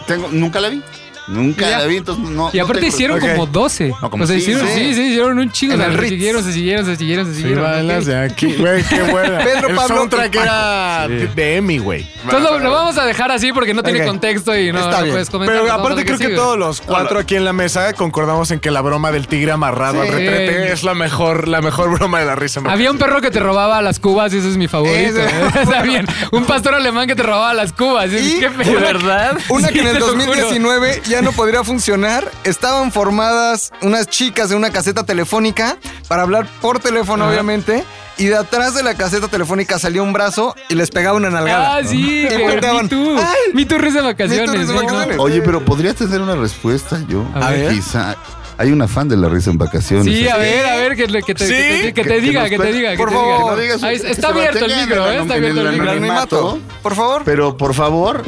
Speaker 2: tengo, nunca la vi. Nunca
Speaker 3: Ya.
Speaker 2: la vi, entonces no.
Speaker 3: Y
Speaker 2: no
Speaker 3: aparte
Speaker 2: tengo-
Speaker 3: hicieron
Speaker 2: Ok.
Speaker 3: como 12.
Speaker 2: No, como
Speaker 3: o sea,
Speaker 2: sí,
Speaker 3: hicieron,
Speaker 2: sí.
Speaker 3: sí, sí, hicieron un chingo.
Speaker 4: En
Speaker 3: o sea,
Speaker 4: el
Speaker 3: se
Speaker 4: Ritz.
Speaker 3: siguieron, se siguieron, se siguieron, se
Speaker 1: Sí,
Speaker 3: siguieron.
Speaker 1: van las
Speaker 3: ok.
Speaker 1: de aquí, güey, qué buena.
Speaker 4: Pedro
Speaker 1: El
Speaker 4: Pablo
Speaker 1: soundtrack era de Emmy, güey.
Speaker 3: Entonces lo, lo vamos a dejar así porque no tiene
Speaker 1: Ok.
Speaker 3: contexto y no,
Speaker 4: Está
Speaker 3: no
Speaker 4: bien.
Speaker 3: puedes comentar.
Speaker 1: Pero
Speaker 3: Vamos a
Speaker 1: aparte
Speaker 3: ver qué
Speaker 1: creo que
Speaker 3: sigue.
Speaker 1: todos los cuatro aquí en la mesa concordamos en que la broma del tigre amarrado al
Speaker 4: Sí.
Speaker 1: retrete es la mejor, la mejor broma de la risa. en
Speaker 3: Había un perro que te robaba las cubas y ese es mi favorito.
Speaker 4: Ese-
Speaker 3: ¿eh? Está bien. Un pastor alemán que te robaba las cubas.
Speaker 4: Y
Speaker 3: ¿Qué
Speaker 6: ¿De verdad?
Speaker 4: Una que
Speaker 3: Sí,
Speaker 4: en el
Speaker 3: te lo juro.
Speaker 4: 2019 ya no podría funcionar. Estaban formadas unas chicas de una caseta telefónica para hablar por teléfono,
Speaker 3: Ajá.
Speaker 4: obviamente. Y de atrás de la caseta telefónica salió un brazo y les pegaba una nalgada.
Speaker 3: Ah, sí.
Speaker 4: Y
Speaker 3: que
Speaker 4: volteaban.
Speaker 3: Mi tú.
Speaker 4: ¡Ay!
Speaker 3: Mi tú risa de vacaciones.
Speaker 4: Ni tú
Speaker 3: ¿no?
Speaker 4: ni vacaciones.
Speaker 2: Oye, pero podría tener una respuesta yo.
Speaker 3: A ver.
Speaker 2: Quizá. Hay una fan de la risa en vacaciones. ¿eh?
Speaker 3: Sí, a ver, a ver, que, le- que te, que te- que te
Speaker 2: Que- que
Speaker 3: diga,
Speaker 2: nos
Speaker 3: que te
Speaker 2: cuente.
Speaker 3: diga. que
Speaker 4: Por
Speaker 3: te
Speaker 4: favor.
Speaker 3: diga.
Speaker 2: No digas-
Speaker 3: Ahí-
Speaker 2: que
Speaker 3: está
Speaker 2: se
Speaker 3: abierto el
Speaker 2: mantengan
Speaker 3: micro,
Speaker 2: en
Speaker 3: ¿eh?
Speaker 2: el
Speaker 3: Está abierto el
Speaker 4: El
Speaker 3: micro.
Speaker 4: anonimato, por favor.
Speaker 2: Pero por favor,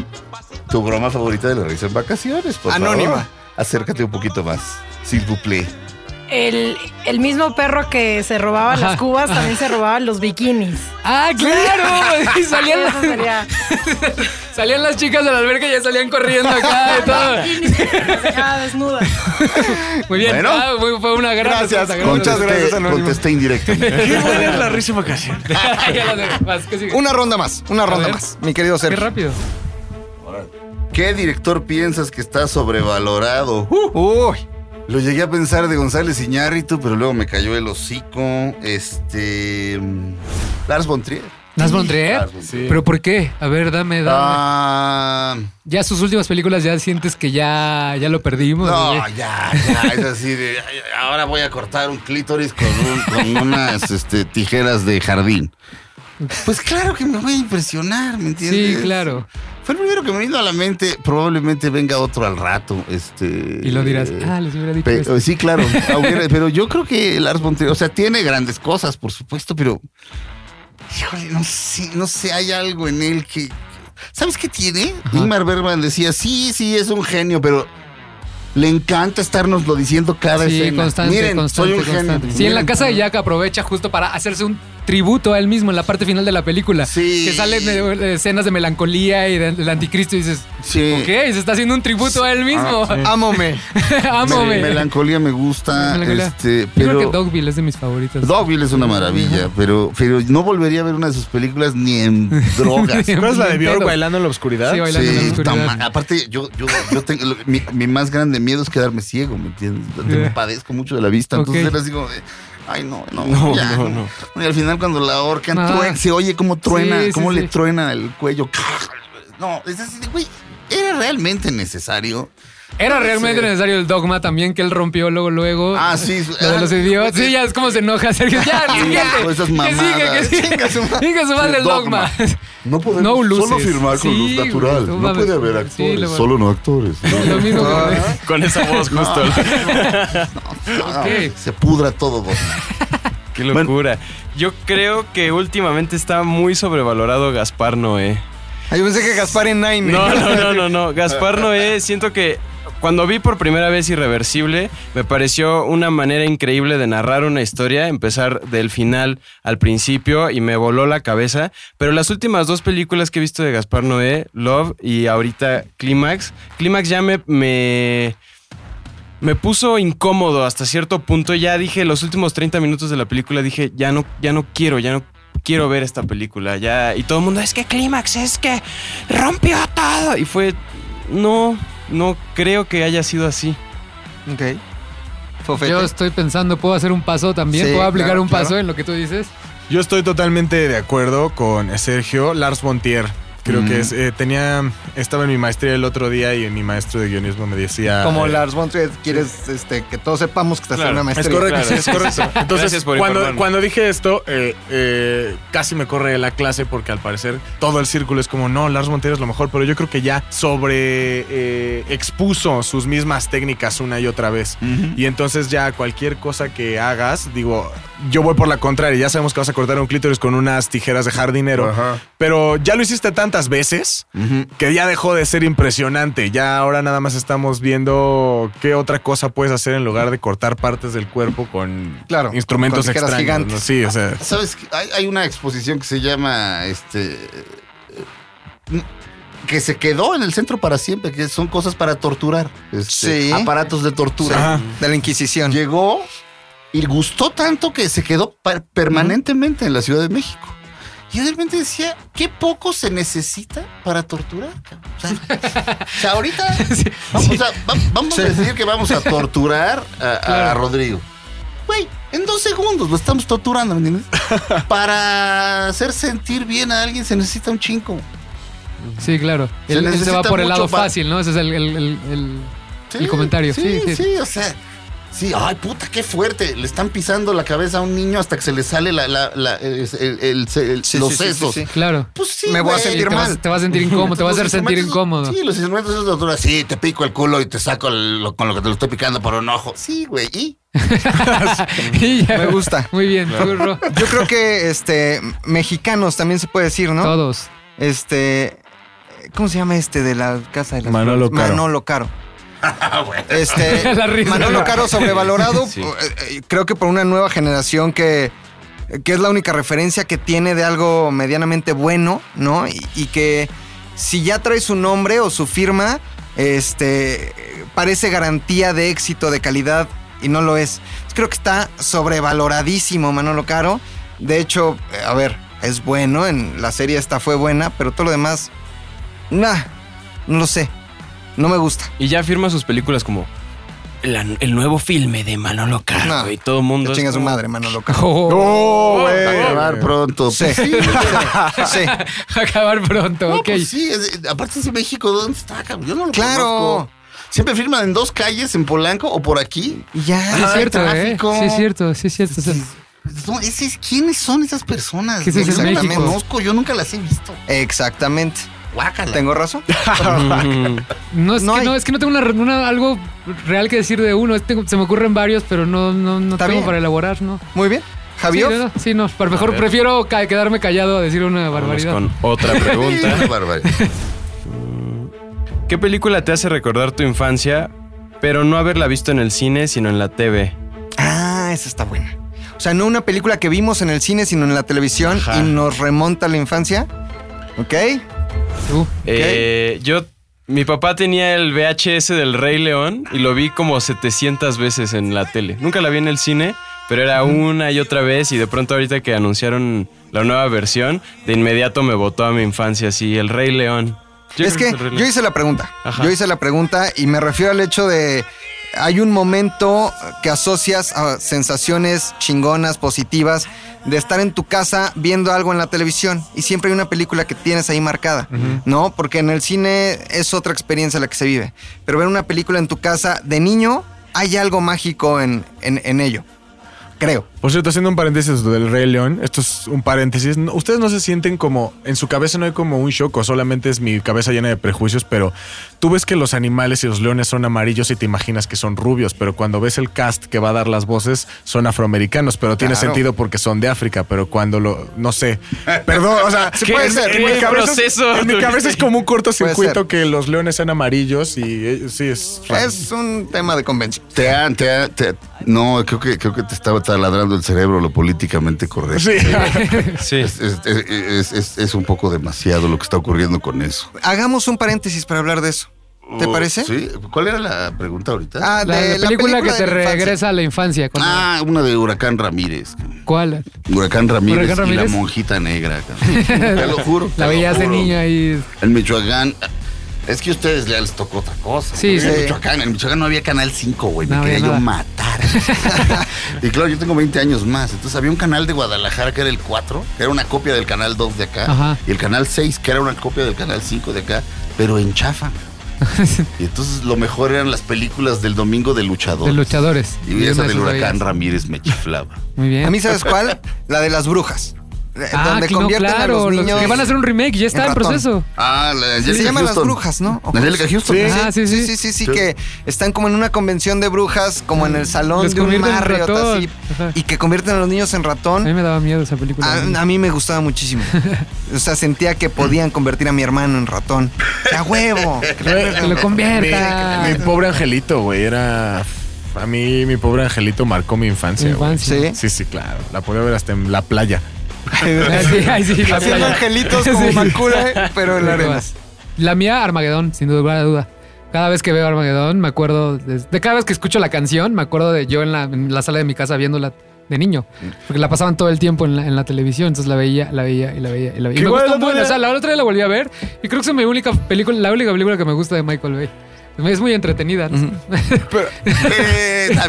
Speaker 2: tu broma favorita de la risa en vacaciones, por favor.
Speaker 4: Anónima.
Speaker 2: Acércate un poquito más. S'il vous plaît.
Speaker 9: El, el mismo perro que se robaba las cubas también se robaba los bikinis.
Speaker 3: Ah, claro. Y salían,
Speaker 9: Eso sería.
Speaker 3: salían las chicas de la alberca y ya salían corriendo acá y todo.
Speaker 9: Bikinis, dejaba desnuda.
Speaker 3: Muy bien.
Speaker 2: Bueno.
Speaker 3: Ah, muy- fue una gran
Speaker 1: Gracias,
Speaker 3: respuesta, gran
Speaker 1: Muchas
Speaker 2: Contesté-
Speaker 1: gracias, Anónima.
Speaker 2: Contesté indirecto.
Speaker 1: Qué buena es la risa en vacaciones.
Speaker 3: respuesta. Ya lo dejo. Vas, ¿qué sigue?
Speaker 4: Una ronda más, una ronda
Speaker 3: ver.
Speaker 4: más, mi querido
Speaker 3: Qué
Speaker 4: Sergio.
Speaker 3: rápido.
Speaker 2: ¿Qué director piensas que está sobrevalorado?
Speaker 4: Uy,
Speaker 2: Lo llegué a pensar de González Iñárritu, pero luego me cayó el hocico. Este. mm, Lars von Trier.
Speaker 3: ¿Las Montré?
Speaker 2: Lars von Trier.
Speaker 3: ¿Pero por qué? A ver, dame, dame.
Speaker 2: Ah,
Speaker 3: Ya sus últimas películas ya sientes que ya, ya lo perdimos.
Speaker 2: no,
Speaker 3: güey.
Speaker 2: ya, ya. Es así de. ay, Ahora voy a cortar un clítoris con, un- con unas este, tijeras de jardín. Pues claro que me voy a impresionar, ¿me entiendes?
Speaker 3: Sí, claro.
Speaker 2: Fue el primero que me vino a la mente. Probablemente venga otro al rato. Este,
Speaker 3: Y lo dirás, ah, les hubiera dicho
Speaker 2: Pe-
Speaker 3: esto.
Speaker 2: sí, claro. Ah, hubiera- pero yo creo que Lars von Trier, o sea, tiene grandes cosas, por supuesto, pero. Híjole, no sé, no sé, hay algo en él que. ¿Sabes qué tiene? Ingmar Bergman decía, sí, sí, es un genio, pero le encanta estarnoslo diciendo cada
Speaker 3: Sí,
Speaker 2: escena.
Speaker 3: constante,
Speaker 2: Miren,
Speaker 3: constante,
Speaker 2: soy un
Speaker 3: constante.
Speaker 2: genio.
Speaker 3: Sí, en la
Speaker 2: Miren,
Speaker 3: casa de Jack aprovecha justo para hacerse un tributo a él mismo en la parte final de la película.
Speaker 2: Sí.
Speaker 3: Que salen eh, escenas de melancolía y de- del anticristo y dices,
Speaker 2: Sí. Ah,
Speaker 3: ok, se está haciendo un tributo a él mismo.
Speaker 4: ámome.
Speaker 3: Ámame.
Speaker 2: Me- Melancolía me gusta.
Speaker 3: Melancolía.
Speaker 2: Este,
Speaker 3: Yo creo
Speaker 2: pero
Speaker 3: que Dogville es de mis favoritas.
Speaker 2: Dogville es una maravilla, pero, pero no volvería a ver una de sus películas ni en drogas.
Speaker 1: ¿Cuál es la de Bjork
Speaker 3: Entero.
Speaker 1: bailando en la oscuridad?
Speaker 3: Sí, bailando en la
Speaker 2: Sí, puta
Speaker 3: oscuridad.
Speaker 2: ma- aparte, yo, yo, yo tengo, lo- mi, mi más grande miedo es quedarme ciego, ¿me entiendes? Entonces,
Speaker 3: Yeah.
Speaker 2: Padezco mucho de la vista, entonces
Speaker 3: Ok.
Speaker 2: era así como de, ay, no, no,
Speaker 6: No,
Speaker 2: ya,
Speaker 6: no,
Speaker 2: no,
Speaker 6: no.
Speaker 2: Y al final cuando la ahorcan,
Speaker 3: Ah.
Speaker 2: truen- se oye cómo truena,
Speaker 3: Sí, sí,
Speaker 2: cómo le
Speaker 3: sí.
Speaker 2: truena el cuello. No, es así de, güey, era realmente necesario.
Speaker 3: Era realmente
Speaker 2: Sí.
Speaker 3: necesario el dogma también que él rompió luego, luego.
Speaker 2: Ah, sí.
Speaker 3: Pues, Lo de los
Speaker 2: Ah,
Speaker 3: idiotas. Sí, ya es como se enoja Sergio. Ya,
Speaker 2: Sí,
Speaker 3: siguiente.
Speaker 2: con esas
Speaker 3: Que sigue, que
Speaker 2: mamadas.
Speaker 3: sigue.
Speaker 2: Chinga su madre.
Speaker 3: Sigue su madre el dogma.
Speaker 2: No
Speaker 3: No luces. Sí, güey, no mames. Sí, lo-
Speaker 2: no actores.
Speaker 3: Lo mismo que-
Speaker 4: Ah.
Speaker 6: Con esa voz justo.
Speaker 2: Ah,
Speaker 3: Ok.
Speaker 2: Se pudra todo. vos.
Speaker 6: Qué locura. Yo creo que últimamente está muy sobrevalorado Gaspar Noé.
Speaker 4: Ay, Yo pensé que Gaspar en Nine.
Speaker 6: No, no, no, no, no. Gaspar Noé, siento que Cuando vi por primera vez Irreversible, me pareció una manera increíble de narrar una historia, empezar del final al principio y me voló la cabeza. Pero las últimas dos películas que he visto de Gaspar Noé, Love y ahorita Clímax, Clímax ya me- me me puso incómodo hasta cierto punto. Ya dije, los últimos 30 minutos de la película, dije, ya no, ya no quiero, ya no quiero ver esta película. Ya. Y todo el mundo, es que clímax, es que rompió todo. Y fue. No, no creo que haya sido así.
Speaker 4: Ok. Fofete.
Speaker 3: Yo estoy pensando, ¿puedo hacer un paso también?
Speaker 4: Sí,
Speaker 3: ¿Puedo aplicar
Speaker 4: claro,
Speaker 3: un paso
Speaker 4: claro.
Speaker 3: en lo que tú dices?
Speaker 1: Yo estoy totalmente de acuerdo con Sergio Lars Montier. Creo que es, eh, tenía. Estaba en mi maestría el otro día y mi maestro de guionismo me decía.
Speaker 4: Como
Speaker 1: eh,
Speaker 4: Lars von Trier, quieres este, que todos sepamos que estás
Speaker 6: Claro,
Speaker 4: en una
Speaker 1: Es
Speaker 4: maestría.
Speaker 1: correcto,
Speaker 6: Claro.
Speaker 1: es correcto. Entonces,
Speaker 6: Gracias por
Speaker 1: cuando,
Speaker 6: informarnos.
Speaker 1: cuando dije esto, eh, eh, casi me corre de la clase porque al parecer todo el círculo es como, no, Lars Montero es lo mejor, pero yo creo que ya sobre eh, expuso sus mismas técnicas una y otra vez. Y entonces ya cualquier cosa que hagas, digo, yo voy por la contraria, ya sabemos que vas a cortar un clítoris con unas tijeras de jardinero, pero ya lo hiciste tantas veces que ya dejó de ser impresionante. Ya ahora nada más estamos viendo qué otra cosa puedes hacer en lugar de cortar partes del cuerpo con
Speaker 4: Claro,
Speaker 1: instrumentos
Speaker 4: con tijeras
Speaker 1: extraños.
Speaker 4: gigantes.
Speaker 1: ¿no? Sí, o sea,
Speaker 2: ¿Sabes? qué? Hay, hay una exposición que se llama este eh, que se quedó en el centro para siempre, que son cosas para torturar, este,
Speaker 4: Sí.
Speaker 2: aparatos de tortura.
Speaker 1: Ajá.
Speaker 4: De la Inquisición.
Speaker 2: Llegó y gustó tanto que se quedó per- permanentemente en la Ciudad de México. Y de repente decía, qué poco se necesita para torturar. cabrón? O sea, o sea, ahorita vamos, a, va- vamos a decir que vamos a torturar a, a Rodrigo. Güey, en dos segundos lo estamos torturando, ¿me entiendes? Para hacer sentir bien a alguien se necesita un chingo.
Speaker 3: Sí, claro.
Speaker 2: Se
Speaker 3: Él, él se
Speaker 2: necesita
Speaker 3: va por el
Speaker 2: mucho
Speaker 3: lado
Speaker 2: pa-
Speaker 3: fácil, ¿no? Ese es el, el- el- el-
Speaker 2: Sí,
Speaker 3: el comentario.
Speaker 2: Sí, sí,
Speaker 3: sí.
Speaker 2: o sea. Sí, ay, puta, qué fuerte. Le están pisando la cabeza a un niño hasta que se le sale la, la- la- el- el- el- el-
Speaker 4: Sí,
Speaker 2: los
Speaker 4: sí, sí,
Speaker 2: sesos.
Speaker 4: sí, sí.
Speaker 3: Claro.
Speaker 2: Pues sí,
Speaker 4: Me voy a
Speaker 2: güey.
Speaker 4: sentir
Speaker 3: te, vas,
Speaker 4: mal.
Speaker 3: te vas a sentir incómodo, te vas a hacer
Speaker 2: Los
Speaker 3: sentir
Speaker 2: instrumentos-
Speaker 3: incómodo.
Speaker 2: Sí, los instrumentos de tortura. Sí, te pico el culo y te saco el- lo- con lo que te lo estoy picando por un ojo. Sí, güey. ¿Y?
Speaker 3: Y ya.
Speaker 4: Me gusta.
Speaker 3: Muy bien, tú, Ro.
Speaker 4: Yo creo que este mexicanos también se puede decir, ¿no?
Speaker 3: Todos.
Speaker 4: Este. ¿Cómo se llama este de la casa de las
Speaker 1: Manolo
Speaker 4: Flores?
Speaker 1: Caro.
Speaker 4: Manolo Caro. Este,
Speaker 3: La risa.
Speaker 4: Manolo Caro sobrevalorado,
Speaker 6: Sí.
Speaker 4: eh, eh, creo que por una nueva generación que, que es la única referencia que tiene de algo medianamente bueno, ¿no? Y, y que si ya trae su nombre o su firma, este, parece garantía de éxito, de calidad, y no lo es. Creo que está sobrevaloradísimo Manolo Caro. De hecho, eh, a ver, es bueno, en la serie esta fue buena, pero todo lo demás, nah, no lo sé, no me gusta.
Speaker 6: Y ya firma sus películas como la- el nuevo filme de Manolo Caro.
Speaker 4: No.
Speaker 6: y todo el mundo.
Speaker 4: Que
Speaker 6: es
Speaker 4: chinga su
Speaker 6: como-
Speaker 4: madre, Manolo Caro.
Speaker 3: Oh,
Speaker 1: ¡No, güey!
Speaker 2: Va a acabar Pues, pronto.
Speaker 4: Sí.
Speaker 2: Pues sí,
Speaker 4: Sí,
Speaker 3: Acabar pronto,
Speaker 2: No,
Speaker 3: ok.
Speaker 2: pues sí, es- aparte es México, ¿dónde está? cabrón? Yo no lo
Speaker 4: Claro.
Speaker 2: conozco. Siempre firman en dos calles, en Polanco o por aquí.
Speaker 4: y ya.
Speaker 3: Sí, es
Speaker 2: Ay,
Speaker 3: cierto, ¿eh?
Speaker 2: tráfico.
Speaker 3: Sí, es cierto, sí, es cierto. O sea,
Speaker 2: No, ese es- ¿Quiénes son esas personas?
Speaker 3: ¿Qué es
Speaker 2: Yo
Speaker 3: ese
Speaker 2: no las
Speaker 3: México?
Speaker 2: conozco, yo nunca las he visto.
Speaker 4: Exactamente.
Speaker 2: Guácala.
Speaker 4: ¿Tengo razón?
Speaker 6: Ujú.
Speaker 3: no, es
Speaker 4: No
Speaker 3: que,
Speaker 4: hay-
Speaker 3: no, es que no tengo una, una- algo real que decir de uno. Es- tengo- se me ocurren varios, pero no, no, no
Speaker 4: Está
Speaker 3: tengo
Speaker 4: bien.
Speaker 3: para elaborar, ¿no?
Speaker 4: Muy bien. Javier.
Speaker 3: Sí, no, sí, no. Para mejor
Speaker 6: ver.
Speaker 3: prefiero ca- quedarme callado a decir una
Speaker 6: Vámonos
Speaker 3: barbaridad.
Speaker 6: con otra pregunta.
Speaker 2: Qué barbaridad.
Speaker 6: ¿Qué película te hace recordar tu infancia, pero no haberla visto en el cine, sino en la TV?
Speaker 4: Ah, esa está buena. O sea, no una película que vimos en el cine, sino en la televisión
Speaker 6: Ajá.
Speaker 4: y nos remonta a la infancia. ¿Ok?
Speaker 3: Tú.
Speaker 6: Eh, yo, mi papá tenía el VHS del Rey León y lo vi como 700 veces en la tele. Nunca la vi en el cine, pero era una y otra vez y de pronto ahorita que anunciaron la nueva versión, de inmediato me botó a mi infancia así, el Rey León. Yo
Speaker 4: es
Speaker 6: creo
Speaker 4: que
Speaker 6: el Rey
Speaker 4: yo
Speaker 6: León.
Speaker 4: hice la pregunta.
Speaker 6: Ajá.
Speaker 4: Yo hice la pregunta y me refiero al hecho de. Hay un momento que asocias a sensaciones chingonas, positivas, de estar en tu casa viendo algo en la televisión. Y siempre hay una película que tienes ahí marcada, ¿no? Porque en el cine es otra experiencia la que se vive. Pero ver una película en tu casa de niño, hay algo mágico en, en- en ello. Creo.
Speaker 1: Por cierto, haciendo un paréntesis del Rey León, esto es un paréntesis. no- Ustedes no se sienten como, en su cabeza no hay como un shock o solamente es mi cabeza llena de prejuicios, pero tú ves que los animales y los leones son amarillos y te imaginas que son rubios, pero cuando ves el cast que va a dar las voces son afroamericanos, pero tiene
Speaker 2: Claro.
Speaker 1: sentido porque son de África, pero cuando lo, no sé, perdón, o sea,
Speaker 6: ¿Qué?
Speaker 1: puede
Speaker 6: En-
Speaker 1: ser.
Speaker 6: en el
Speaker 1: cabeza es-
Speaker 6: proceso
Speaker 1: en mi cabeza es
Speaker 6: tuviste-
Speaker 1: como un cortocircuito
Speaker 4: Puede
Speaker 1: que los leones sean amarillos y eh, sí es... raro.
Speaker 4: Es un tema de convención.
Speaker 2: Te han, te han, te han- No, creo que, creo que te estaba taladrando el cerebro lo políticamente correcto.
Speaker 1: Sí.
Speaker 6: Sí.
Speaker 2: Es, es- es- es- es un poco demasiado lo que está ocurriendo con eso.
Speaker 4: Hagamos un paréntesis para hablar de eso.
Speaker 6: Uh,
Speaker 4: ¿Te parece?
Speaker 2: Sí. ¿Cuál era la pregunta ahorita?
Speaker 4: Ah,
Speaker 3: La, la
Speaker 4: de
Speaker 3: película, que te
Speaker 4: de la infancia.
Speaker 3: regresa a la infancia. cuando-
Speaker 2: Ah, una de Huracán Ramírez.
Speaker 3: ¿Cuál?
Speaker 2: Huracán Ramírez,
Speaker 3: ¿Huracán
Speaker 2: y
Speaker 3: Ramírez?
Speaker 2: la monjita negra. cabrón. Te lo juro. te
Speaker 3: La
Speaker 2: lo
Speaker 3: veías de
Speaker 2: juro.
Speaker 3: niño ahí.
Speaker 2: En Michoacán. Es que a ustedes ya les tocó otra cosa.
Speaker 3: Sí,
Speaker 2: ¿no?
Speaker 3: sí.
Speaker 2: En Michoacán, en Michoacán no había Canal 5, güey. Me
Speaker 3: No había
Speaker 2: quería yo
Speaker 3: nada.
Speaker 2: matar. y claro, yo tengo 20 años más. Entonces había un canal de Guadalajara que era el 4, que era una copia del Canal 2 de acá.
Speaker 3: Ajá.
Speaker 2: Y el Canal 6, que era una copia del Canal 5 de acá, pero en chafa. y entonces lo mejor eran las películas del domingo de luchadores.
Speaker 3: De luchadores.
Speaker 2: Y esa
Speaker 3: Esas
Speaker 2: del huracán
Speaker 3: veías.
Speaker 2: Ramírez me chiflaba.
Speaker 3: Muy bien.
Speaker 4: A mí, ¿sabes cuál? La de las brujas. Eh,
Speaker 3: ¿Eh? Ah,
Speaker 4: donde
Speaker 3: que no,
Speaker 4: convierten
Speaker 3: claro.
Speaker 4: a los
Speaker 3: los
Speaker 4: niños.
Speaker 3: que van a hacer un remake, ya está
Speaker 4: en
Speaker 3: en
Speaker 4: ratón.
Speaker 3: proceso.
Speaker 2: Ah, la de
Speaker 4: Se
Speaker 2: Angelica
Speaker 4: llaman las
Speaker 2: Houston.
Speaker 4: brujas, ¿no? ¿O
Speaker 2: Angelica
Speaker 4: cómo se-
Speaker 2: Houston.
Speaker 4: Sí,
Speaker 3: Ah, sí, sí.
Speaker 4: sí, sí, sí,
Speaker 2: Sí.
Speaker 4: que están como en una convención de brujas, como en el salón
Speaker 3: Mm. Los
Speaker 4: de un
Speaker 3: convierten en
Speaker 4: Marriott,
Speaker 3: ratón.
Speaker 4: así,
Speaker 3: Ajá.
Speaker 4: y que convierten a los niños en
Speaker 3: A mí
Speaker 4: ratón.
Speaker 3: me daba miedo esa película.
Speaker 4: A, a mí me gustaba muchísimo. O sea, sentía que podían convertir a mi hermano en ratón. ¡A huevo!
Speaker 3: que lo
Speaker 1: Mi, mi
Speaker 3: convierta.
Speaker 1: pobre angelito, güey, era... A mí mi pobre angelito marcó mi infancia. güey.
Speaker 3: Infancia.
Speaker 4: Sí.
Speaker 1: Sí, sí, claro. La podía ver hasta en la playa.
Speaker 3: Ah, sí, ay, sí, la
Speaker 4: Haciendo
Speaker 3: playa.
Speaker 4: angelitos como
Speaker 3: Sí.
Speaker 4: Makura, pero en la arena.
Speaker 3: La mía, Armagedón, sin lugar a duda. Cada vez que veo Armagedón, me acuerdo. De, de cada vez que escucho la canción, me acuerdo de yo en la, en la sala de mi casa viéndola de niño. Porque la pasaban todo el tiempo en la, en la televisión. Entonces la veía, la veía y la veía y la veía.
Speaker 1: Que
Speaker 3: Y me
Speaker 1: igual
Speaker 3: gustó
Speaker 1: el otro
Speaker 3: mucho.
Speaker 1: día-
Speaker 3: O sea, la otra vez la volví a ver. Y creo que es mi única película, la única película que me gusta de Michael Bay. Es muy entretenida. ¿no?
Speaker 2: Eh, está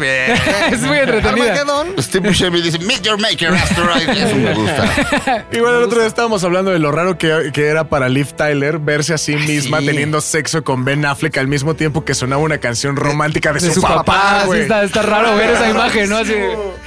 Speaker 2: bien.
Speaker 3: es muy entretenida.
Speaker 4: Armagedón.
Speaker 2: Steve Buscemi dice, Meet your maker, asteroid. Eso me gusta.
Speaker 1: Igual el otro día estábamos hablando de lo raro que, que era para Liv Tyler verse a sí misma teniendo sexo con Ben Affleck al mismo tiempo que sonaba una canción romántica de,
Speaker 3: De su papá. sí
Speaker 1: güey.
Speaker 3: está, está raro ver esa imagen, ¿no? Así,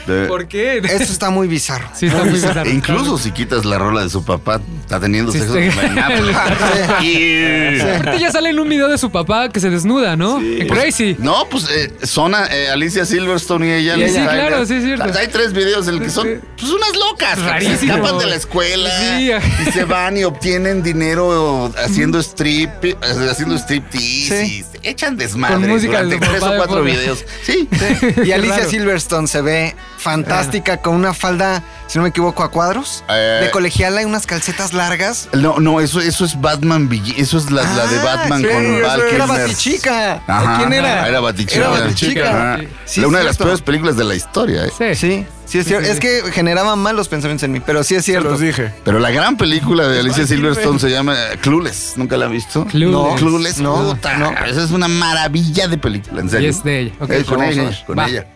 Speaker 2: De-
Speaker 3: ¿Por qué?
Speaker 4: Esto está muy bizarro.
Speaker 3: Sí, está muy bizarro.
Speaker 2: E incluso si quitas la rola de su papá, está teniendo
Speaker 3: Sí,
Speaker 2: sexo
Speaker 3: sí.
Speaker 2: con Ben Affleck. Y-
Speaker 3: Aparte ya sale en un video de su papá que se desnuda, ¿no? En
Speaker 2: Pues,
Speaker 3: Crazy.
Speaker 2: No, pues eh, son a- eh, Alicia Silverstone y ella.
Speaker 3: Y
Speaker 2: Liv
Speaker 3: sí,
Speaker 2: Tyler.
Speaker 3: claro, sí es cierto.
Speaker 2: Hay tres videos en los que son pues, unas locas. que Se
Speaker 3: Rarísimo.
Speaker 2: escapan de la escuela
Speaker 3: Sí.
Speaker 2: y se van y obtienen dinero haciendo strip, eh, haciendo striptease.
Speaker 4: Sí.
Speaker 2: y se echan desmadre
Speaker 3: Con música
Speaker 2: durante
Speaker 3: de su
Speaker 2: tres
Speaker 3: papá
Speaker 2: o
Speaker 3: de
Speaker 2: cuatro
Speaker 3: fondo.
Speaker 2: videos. Sí.
Speaker 4: Y
Speaker 3: Qué
Speaker 4: Alicia
Speaker 3: raro. Ah.
Speaker 4: Silverstone se ve fantástica con una falda, si no me equivoco, a cuadros.
Speaker 2: Eh.
Speaker 4: de colegiala y unas calcetas largas.
Speaker 2: No, no, eso, eso es Batman Begins. Eso es la, la de
Speaker 4: Ah,
Speaker 2: Batman
Speaker 4: sí,
Speaker 2: con
Speaker 4: eso
Speaker 2: Val
Speaker 4: Era
Speaker 2: Kilmer.
Speaker 4: Batichica.
Speaker 2: Ajá.
Speaker 4: ¿Quién era?
Speaker 2: Ah, Era Batichica.
Speaker 4: Era Batichica.
Speaker 2: Ajá.
Speaker 4: Sí,
Speaker 2: La- una
Speaker 4: es
Speaker 2: de las
Speaker 4: cierto.
Speaker 2: peores películas de la historia.
Speaker 3: Sí.
Speaker 2: ¿eh?
Speaker 4: Sí, sí es cierto.
Speaker 3: sí,
Speaker 4: Es que generaban malos pensamientos en mí, pero sí es
Speaker 1: Se
Speaker 4: cierto.
Speaker 1: los dije.
Speaker 2: Pero la gran película de Alicia Silverstone se llama eh, Clueless. ¿Nunca la han visto?
Speaker 3: Clueless.
Speaker 2: No, Clueless.
Speaker 4: No,
Speaker 2: puta,
Speaker 4: no.
Speaker 2: Esa es una maravilla de película, en serio.
Speaker 3: Y es de ella, ok.
Speaker 2: Eh, con
Speaker 4: Vamos a
Speaker 2: ella.
Speaker 4: ver.
Speaker 2: Con
Speaker 3: Va.
Speaker 2: ella.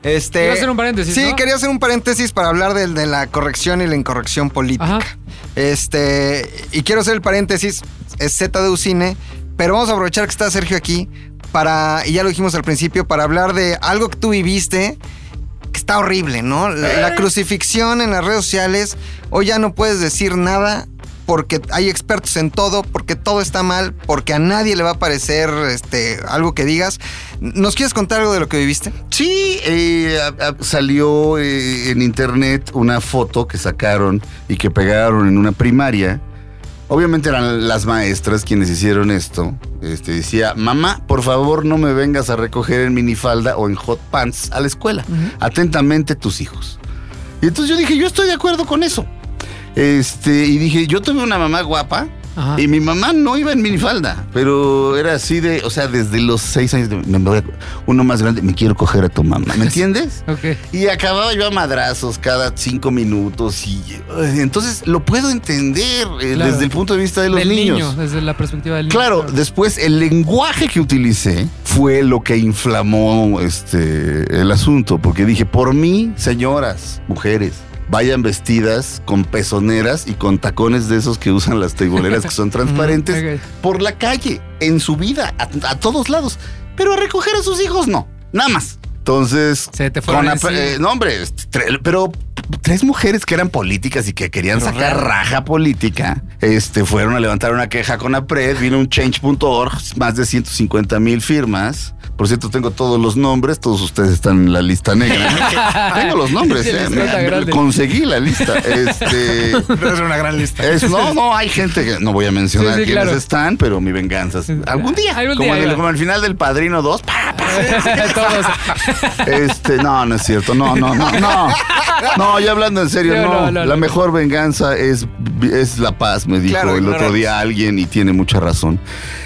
Speaker 4: Este,
Speaker 3: Iba a hacer un paréntesis,
Speaker 4: Sí,
Speaker 3: ¿no?
Speaker 4: quería hacer un paréntesis para hablar del- de, la corrección y la incorrección política.
Speaker 3: Ajá.
Speaker 4: Este, y quiero hacer el paréntesis, es ZDU Cine, pero vamos a aprovechar que está Sergio aquí para, y ya lo dijimos al principio, para hablar de algo que tú viviste que está horrible, ¿no? La, la crucifixión en las redes sociales, hoy ya no puedes decir nada porque hay expertos en todo, porque todo está mal, porque a nadie le va a parecer este, algo que digas. ¿Nos quieres contar algo de lo que viviste?
Speaker 2: Sí, eh, a- a- salió eh, en internet una foto que sacaron y que pegaron en una primaria. Obviamente eran las maestras quienes hicieron esto. Este decía, mamá, por favor no me vengas a recoger en minifalda o en hot pants a la escuela. Atentamente tus hijos. Y entonces yo dije, yo estoy de acuerdo con eso. Este, y dije, yo tuve una mamá guapa
Speaker 3: Ajá.
Speaker 2: y mi mamá no iba en minifalda, pero era así de, o sea, desde los seis años, de- me voy a- uno más grande, me quiero coger a tu mamá, ¿me entiendes?
Speaker 3: Ok.
Speaker 2: Y acababa yo a madrazos cada cinco minutos y ay, entonces lo puedo entender eh,
Speaker 3: Claro.
Speaker 2: desde el punto de vista de los
Speaker 3: Del niño,
Speaker 2: niños.
Speaker 3: desde la perspectiva del niño.
Speaker 2: Claro, después el lenguaje que utilicé fue lo que inflamó este el asunto, porque dije, por mí, señoras, mujeres, vayan vestidas con pezoneras y con tacones de esos que usan las teiboleras que son transparentes
Speaker 3: Ok.
Speaker 2: por la calle, en su vida, a, a todos lados, pero a recoger a sus hijos no, nada más. Entonces,
Speaker 3: Se te
Speaker 2: con
Speaker 3: fueron
Speaker 2: ap-
Speaker 3: encima.
Speaker 2: eh, no hombre, est- tre- pero tres mujeres que eran políticas y que querían sacar raja política, este, fueron a levantar una queja con APRED, vino un change.org, más de 150 mil firmas. Por cierto, tengo todos los nombres, todos ustedes están en la lista negra. tengo los nombres,
Speaker 3: Sí,
Speaker 2: eh,
Speaker 3: lista
Speaker 2: me-
Speaker 3: grande.
Speaker 2: conseguí la lista. Este,
Speaker 1: Es una gran lista.
Speaker 2: es- no, no, hay gente que no voy a mencionar
Speaker 3: Sí, sí,
Speaker 2: quiénes
Speaker 3: claro.
Speaker 2: están, pero mi venganza. es- Algún día,
Speaker 3: Algún
Speaker 2: como,
Speaker 3: día,
Speaker 2: en el-
Speaker 3: Iván.
Speaker 2: como al final del Padrino 2, pa, pa,
Speaker 3: Todos.
Speaker 2: este, no, no es cierto. No, no, no, no. No, ya hablando en serio,
Speaker 3: No,
Speaker 2: no.
Speaker 3: no, no,
Speaker 2: la
Speaker 3: no.
Speaker 2: mejor venganza es, es la paz, me dijo
Speaker 4: Claro,
Speaker 2: el otro
Speaker 4: claro.
Speaker 2: día alguien y tiene mucha razón.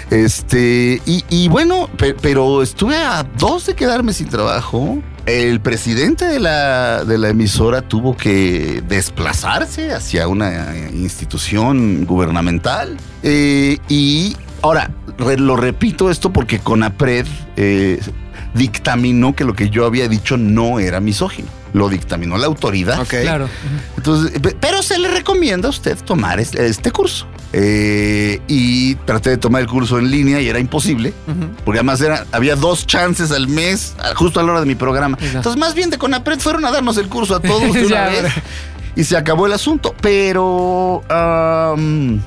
Speaker 2: Este, y, y bueno, pe- pero estuve a dos de quedarme sin trabajo. El presidente de la, de la emisora tuvo que desplazarse hacia una eh, institución gubernamental. Eh, y ahora, re- lo repito esto porque Conapred eh, dictaminó que lo que yo había dicho no era misógino. Lo dictaminó la
Speaker 9: Ah,
Speaker 2: autoridad.
Speaker 4: Ok.
Speaker 3: Claro.
Speaker 2: Entonces, pe- pero se le recomienda a usted tomar es- este curso. Eh, y traté de tomar el curso en línea y era imposible, porque además era, había dos chances al mes, a- justo a la hora de mi programa.
Speaker 3: Exacto.
Speaker 2: Entonces, más bien de Conapred fueron a darnos el curso a todos de
Speaker 3: Ya,
Speaker 2: una vez
Speaker 3: ahora.
Speaker 2: y se acabó el asunto. Pero. am,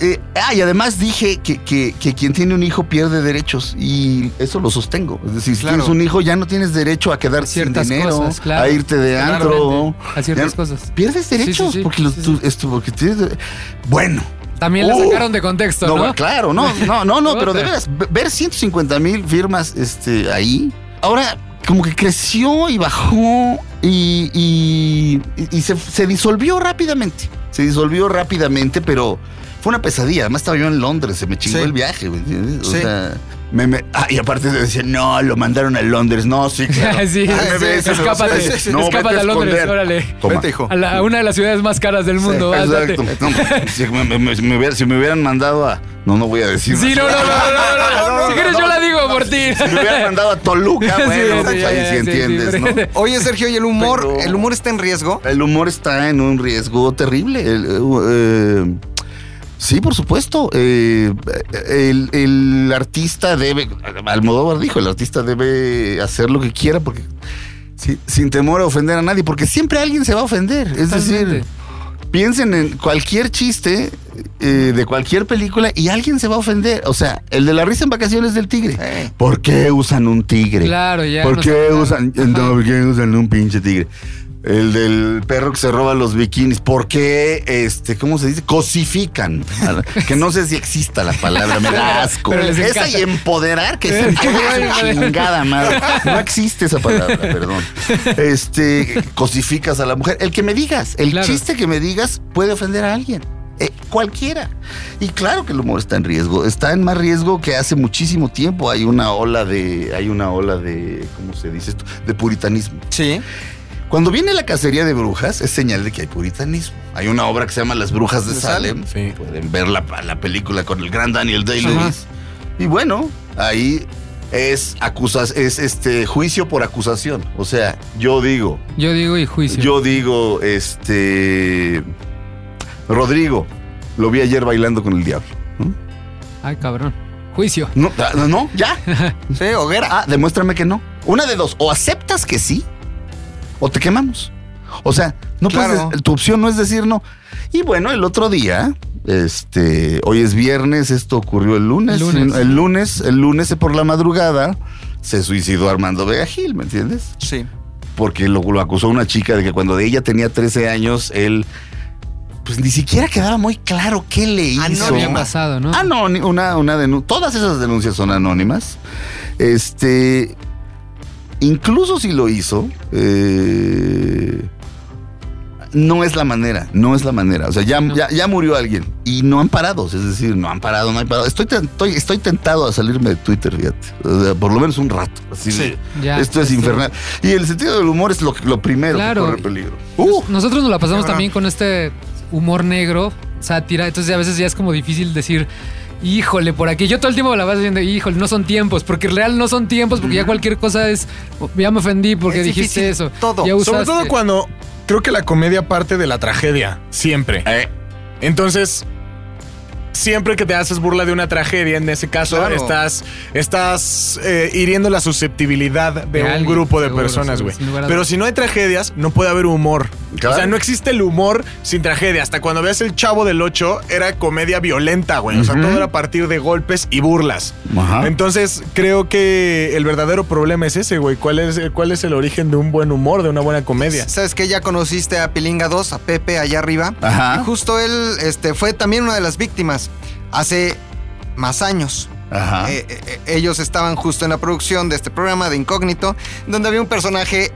Speaker 2: eh, ah, y además dije que, que- que quien tiene un hijo pierde derechos y eso lo sostengo. Es decir, si
Speaker 4: Claro.
Speaker 2: tienes un hijo ya no tienes derecho a quedarte sin
Speaker 3: Ciertas
Speaker 2: dinero,
Speaker 3: cosas, claro.
Speaker 2: a irte de antro.
Speaker 3: Claramente, A ciertas
Speaker 2: Ya-
Speaker 3: cosas.
Speaker 2: Pierdes derechos
Speaker 3: sí, sí,
Speaker 2: porque, los-
Speaker 3: sí,
Speaker 2: tú- esto, porque tienes- Bueno.
Speaker 3: También la
Speaker 2: Uh.
Speaker 3: sacaron de contexto,
Speaker 2: No,
Speaker 3: ¿no?
Speaker 2: bueno, claro, no, no, no, no, pero de
Speaker 3: Puta.
Speaker 2: veras, ve- ver 150 mil firmas este, ahí, ahora como que creció y bajó y, y- y se, se disolvió rápidamente. Se disolvió rápidamente, pero fue una pesadilla. Además estaba yo en Londres, se me chingó
Speaker 4: Sí.
Speaker 2: el viaje, ¿me entiendes? O
Speaker 4: Sí.
Speaker 2: sea, me- me- ah, y aparte decían, no, lo mandaron a Londres. No, sí, claro.
Speaker 3: Ah, sí,
Speaker 2: Nueve veces,
Speaker 3: escápate,
Speaker 2: sí, sí, sí. No,
Speaker 3: escápate
Speaker 2: vete
Speaker 3: a
Speaker 2: a
Speaker 3: Londres,
Speaker 2: esconder.
Speaker 3: órale.
Speaker 2: Toma.
Speaker 1: Vete, hijo.
Speaker 3: A la- a una de las ciudades más caras del mundo. vas, date.
Speaker 2: Exacto. No, si, me- me- si me hubiera- si me hubieran mandado a... No, no voy a decir.
Speaker 3: Sí, no, no, no, no, no, no, Si quieres, yo la digo por ti.
Speaker 2: Si me hubieran mandado a Toluca,
Speaker 3: Sí,
Speaker 2: bueno,
Speaker 3: sí,
Speaker 2: pues
Speaker 3: ya,
Speaker 2: ahí
Speaker 3: ya,
Speaker 2: sí
Speaker 3: sí, sí,
Speaker 2: entiendes,
Speaker 3: pero-
Speaker 2: ¿no?
Speaker 4: Oye, Sergio, ¿y el humor?
Speaker 2: Pero-
Speaker 4: ¿El humor está en riesgo?
Speaker 2: El humor está en un riesgo terrible. El, eh, u- eh, sí, por supuesto. eh, el, el artista debe, Almodóvar dijo, el artista debe hacer lo que quiera porque si- sin temor a ofender a nadie, porque siempre alguien se va a ofender. Es decir,
Speaker 3: Totalmente.
Speaker 2: piensen en cualquier chiste eh, de cualquier película y alguien se va a ofender. O sea, el de la risa en vacaciones del tigre. ¿Por qué usan un tigre?
Speaker 3: Claro, ya.
Speaker 2: ¿Por
Speaker 3: nos
Speaker 2: qué,
Speaker 3: sacaron.
Speaker 2: usan,
Speaker 3: Ajá.
Speaker 2: no, ¿Por qué usan un pinche tigre? El del perro que se roba los bikinis. ¿Por qué, este, cómo se dice? Cosifican. A la- Que no sé si exista la palabra, me da asco.
Speaker 3: Pero les
Speaker 2: Esa
Speaker 3: encanta.
Speaker 2: y empoderar, que se empoderen su chingada madre. No existe esa palabra, perdón. Este, cosificas a la mujer. El que me digas, el
Speaker 3: Claro.
Speaker 2: chiste que me digas puede ofender a alguien. Eh, cualquiera. Y claro que el humor está en riesgo. Está en más riesgo que hace muchísimo tiempo. Hay una ola de. Hay una ola de. ¿Cómo se dice esto? De puritanismo.
Speaker 4: Sí.
Speaker 2: Cuando viene la cacería de brujas, es señal de que hay puritanismo. Hay una obra que se llama Las Brujas de Salem. Pueden ver la, la película con el gran Daniel Day-Lewis. Y bueno, ahí es, acusas, es este juicio por acusación. O sea, yo digo,
Speaker 3: Yo digo y juicio.
Speaker 2: yo digo, este. Rodrigo, lo vi ayer bailando con el diablo.
Speaker 3: Ay, cabrón. Juicio.
Speaker 2: No, ah, no, no, ya.
Speaker 4: Sí, hoguera.
Speaker 2: Ah, demuéstrame que no. Una de dos, o aceptas que sí, o te quemamos. O sea, no puedes
Speaker 4: Claro.
Speaker 2: des- tu opción no es decir no. Y bueno, el otro día, este, hoy es viernes, esto ocurrió el lunes.
Speaker 3: Lunes.
Speaker 2: El lunes, el lunes por la madrugada, se suicidó Armando Vega Gil, ¿me entiendes?
Speaker 4: Sí.
Speaker 2: porque lo, lo acusó una chica de que cuando de ella tenía 13 años, él, pues ni siquiera quedaba muy claro qué le hizo.
Speaker 3: Eso había pasado, ¿no?
Speaker 2: Anóni- una, una denu- todas esas denuncias son anónimas. Este, incluso si lo hizo, eh, no es la manera, no es la manera. O sea, ya,
Speaker 3: No.
Speaker 2: ya, ya murió alguien y no han parado, es decir, no han parado, no han parado. Estoy, ten- estoy, estoy tentado a salirme de Twitter, fíjate, O sea, por lo menos un rato. así de-
Speaker 3: Ya,
Speaker 2: esto es
Speaker 3: este,
Speaker 2: infernal. Y el sentido del humor es lo, lo primero
Speaker 3: Claro.
Speaker 2: que corre peligro. Uh,
Speaker 3: Nosotros nos la pasamos
Speaker 1: Cabrón.
Speaker 3: también con este humor negro, sátira, entonces a veces ya es como difícil decir, híjole, por aquí. Yo todo el tiempo la vas diciendo, híjole, no son tiempos, porque real no son tiempos, porque ya cualquier cosa es, ya me ofendí porque
Speaker 4: Es
Speaker 3: dijiste
Speaker 4: difícil
Speaker 3: eso.
Speaker 4: todo.
Speaker 3: Ya
Speaker 1: Sobre
Speaker 3: usaste.
Speaker 1: todo cuando creo que la comedia parte de la tragedia, siempre.
Speaker 2: Eh.
Speaker 1: Entonces, siempre que te haces burla de una tragedia, en ese caso,
Speaker 9: Claro.
Speaker 1: estás, estás eh, hiriendo la susceptibilidad de,
Speaker 3: De
Speaker 1: un
Speaker 3: alguien,
Speaker 1: grupo de
Speaker 3: seguro,
Speaker 1: personas,
Speaker 3: sin-
Speaker 1: güey.
Speaker 3: sin lugar a
Speaker 1: Pero
Speaker 3: dudas.
Speaker 1: si no hay tragedias, no puede haber humor.
Speaker 9: Claro.
Speaker 1: O sea, no existe el humor sin tragedia. Hasta cuando veas El Chavo del 8, era comedia violenta, güey. O sea, todo era a partir de golpes y burlas.
Speaker 9: Ajá.
Speaker 1: Entonces, creo que el verdadero problema es ese, güey. ¿Cuál es, ¿Cuál es el origen de un buen humor, de una buena comedia?
Speaker 4: ¿Sabes qué? Ya conociste a Pilinga 2, a Pepe allá arriba.
Speaker 9: Ajá.
Speaker 4: Y justo él este, fue también una de las víctimas hace más años.
Speaker 9: Ajá.
Speaker 4: Eh, eh, eh, ellos estaban justo en la producción de este programa de Incógnito, donde había un personaje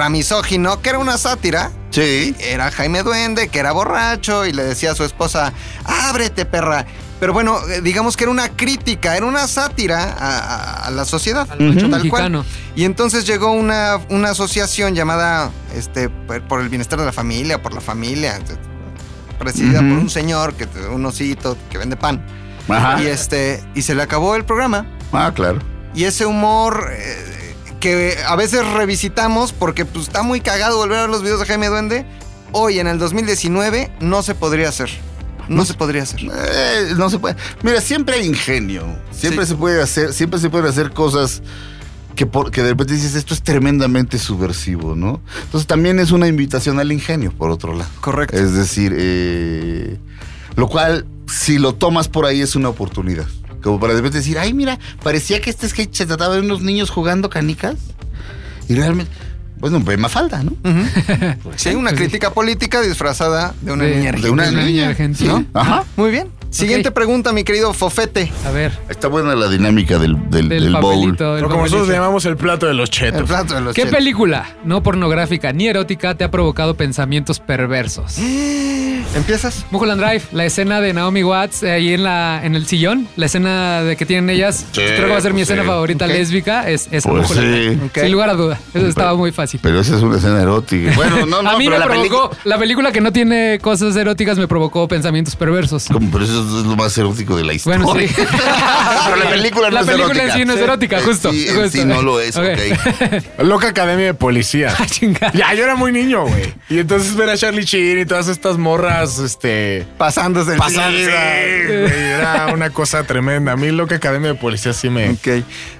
Speaker 4: ultramisógino que era una sátira.
Speaker 9: Sí.
Speaker 4: Era Jaime Duende, que era borracho y le decía a su esposa, ábrete perra. Pero bueno, eh, digamos que era una crítica, era una sátira a, a- a la sociedad.
Speaker 3: Ujú.
Speaker 4: tal cual.
Speaker 3: Mexicano.
Speaker 4: Y entonces llegó una, una asociación llamada este, por, por el bienestar de la familia, por la familia, este, presidida por un señor, que un osito, que vende pan.
Speaker 9: Ajá.
Speaker 4: Y, este, y se le acabó el programa.
Speaker 9: Ah, claro.
Speaker 4: Y ese humor eh, que a veces revisitamos porque pues, está muy cagado volver a ver los videos de Jaime Duende, hoy en el 2019 no se podría hacer. No se podría hacer.
Speaker 9: Eh, no se puede. Mira, siempre hay ingenio. Siempre
Speaker 4: Sí.
Speaker 9: se puede hacer, siempre se pueden hacer cosas que, por- que de repente dices, esto es tremendamente subversivo, ¿no? Entonces también es una invitación al ingenio, por otro lado.
Speaker 4: Correcto.
Speaker 9: Es decir, eh, lo cual, si lo tomas por ahí, es una oportunidad. Como para de repente decir, ay, mira, parecía que este sketch se trataba de unos niños jugando canicas. Y realmente, bueno, ve más falda, ¿no?
Speaker 4: Ujú. Sí, una crítica política disfrazada de una
Speaker 3: De-
Speaker 4: niña.
Speaker 9: De una,
Speaker 3: De una
Speaker 9: niña,
Speaker 3: niña argentina.
Speaker 9: ¿no? Ajá.
Speaker 4: Muy bien. Siguiente pregunta, mi querido Fofete.
Speaker 3: A ver,
Speaker 9: Está buena la dinámica del, del,
Speaker 3: del,
Speaker 9: del bowl.
Speaker 3: papelito. del
Speaker 1: Pero como nosotros le
Speaker 3: papelito.
Speaker 1: llamamos el plato de los chetos.
Speaker 4: El plato de los
Speaker 3: ¿Qué
Speaker 4: chetos.
Speaker 3: película no pornográfica ni erótica te ha provocado pensamientos perversos?
Speaker 4: ¿Empiezas?
Speaker 3: Mulholland Drive, la escena de Naomi Watts eh, ahí en la en el sillón, la escena de que tienen ellas,
Speaker 9: Sí,
Speaker 3: creo que va a ser mi
Speaker 9: pues
Speaker 3: escena
Speaker 9: sí.
Speaker 3: favorita
Speaker 4: Ok.
Speaker 3: lésbica, es esa
Speaker 9: Pues
Speaker 3: Mulholland Drive.
Speaker 9: sí.
Speaker 4: Ok.
Speaker 3: Sin lugar a duda, eso estaba muy fácil.
Speaker 9: Pero esa es una escena erótica. Bueno, no, no,
Speaker 3: a mí
Speaker 9: pero
Speaker 3: me
Speaker 9: la
Speaker 3: provocó,
Speaker 9: película-
Speaker 3: la película que no tiene cosas eróticas me provocó pensamientos perversos.
Speaker 9: Como, pero eso es lo más erótico de la historia.
Speaker 3: Bueno, sí.
Speaker 9: pero la película no
Speaker 3: La
Speaker 9: es
Speaker 3: película
Speaker 9: erótica.
Speaker 3: en sí no es erótica,
Speaker 9: Eh,
Speaker 3: justo,
Speaker 9: Sí, en
Speaker 3: justo.
Speaker 9: sí no lo es,
Speaker 3: Ok.
Speaker 9: ok.
Speaker 1: Loca Academia de Policía.
Speaker 3: Ah, chingada.
Speaker 1: Ya, yo era muy niño, güey. Y entonces ver a Charlie Sheen y todas estas morras, este...
Speaker 4: Pasándose el
Speaker 1: Sí,
Speaker 4: Sí,
Speaker 1: güey, Era una cosa tremenda. A mí Loca Academia de Policía sí me...
Speaker 4: Ok.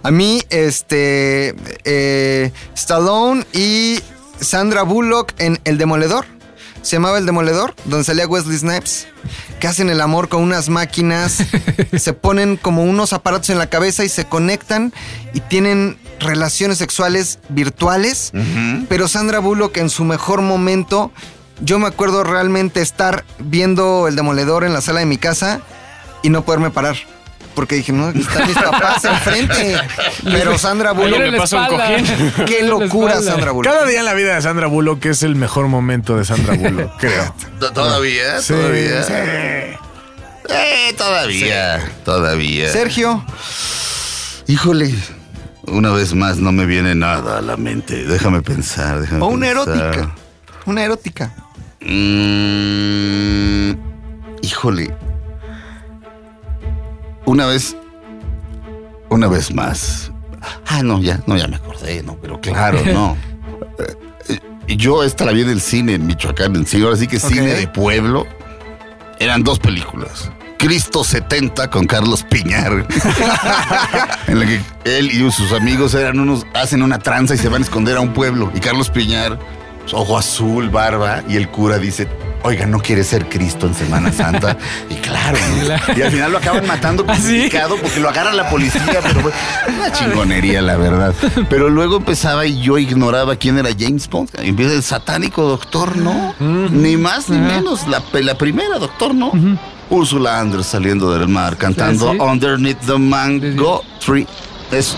Speaker 4: A mí, este. eh, Stallone y Sandra Bullock en El Demoledor. Se llamaba El Demoledor, donde salía Wesley Snipes. Que hacen el amor con unas máquinas. se ponen como unos aparatos en la cabeza y se conectan y tienen relaciones sexuales virtuales. Pero Sandra Bullock en su mejor momento. Yo me acuerdo realmente estar viendo El Demoledor en la sala de mi casa y no poderme parar. Porque dije, no, aquí están mis papás enfrente. Pero Sandra
Speaker 3: Ayer en
Speaker 4: Bullock.
Speaker 3: la
Speaker 6: pasa un
Speaker 3: espalda.
Speaker 4: Qué
Speaker 3: En la
Speaker 4: locura,
Speaker 3: espalda.
Speaker 4: Sandra Bullock.
Speaker 1: Cada día en la vida de Sandra Bullock es el mejor momento de Sandra Bullock, creo.
Speaker 9: To- Todavía,
Speaker 1: Sí,
Speaker 9: todavía.
Speaker 1: sí.
Speaker 9: Eh, todavía, todavía.
Speaker 4: Sergio,
Speaker 9: Híjole, una vez más no me viene nada a la mente. Déjame pensar, déjame
Speaker 4: o una
Speaker 9: pensar.
Speaker 4: erótica. Una erótica.
Speaker 9: Mm, híjole. Una vez. Una vez más. Ah, no, ya, no, ya me acordé, no, pero claro, no. Eh, eh, Yo esta la vi en el cine en Michoacán, en cine, ahora sí que cine de pueblo. Eran dos películas. Cristo 70 con Carlos Piñar. en la que él y sus amigos eran unos, hacen una tranza y se van a esconder a un pueblo. Y Carlos Piñar, pues, ojo azul, barba, y el cura dice, oiga, ¿no quiere ser Cristo en Semana Santa? y claro, ¿no? y al final lo acaban matando
Speaker 3: ¿Ah, sí?
Speaker 9: crucificado porque lo agarra la policía, pero fue una chingonería, la verdad. Pero luego empezaba y yo ignoraba quién era James Bond. Y Empieza el satánico doctor, ¿no? Ni más ni menos, la, pe- la primera, doctor, ¿no? Úrsula Andress saliendo del mar cantando
Speaker 3: sí.
Speaker 9: Underneath the Mango Tree. Es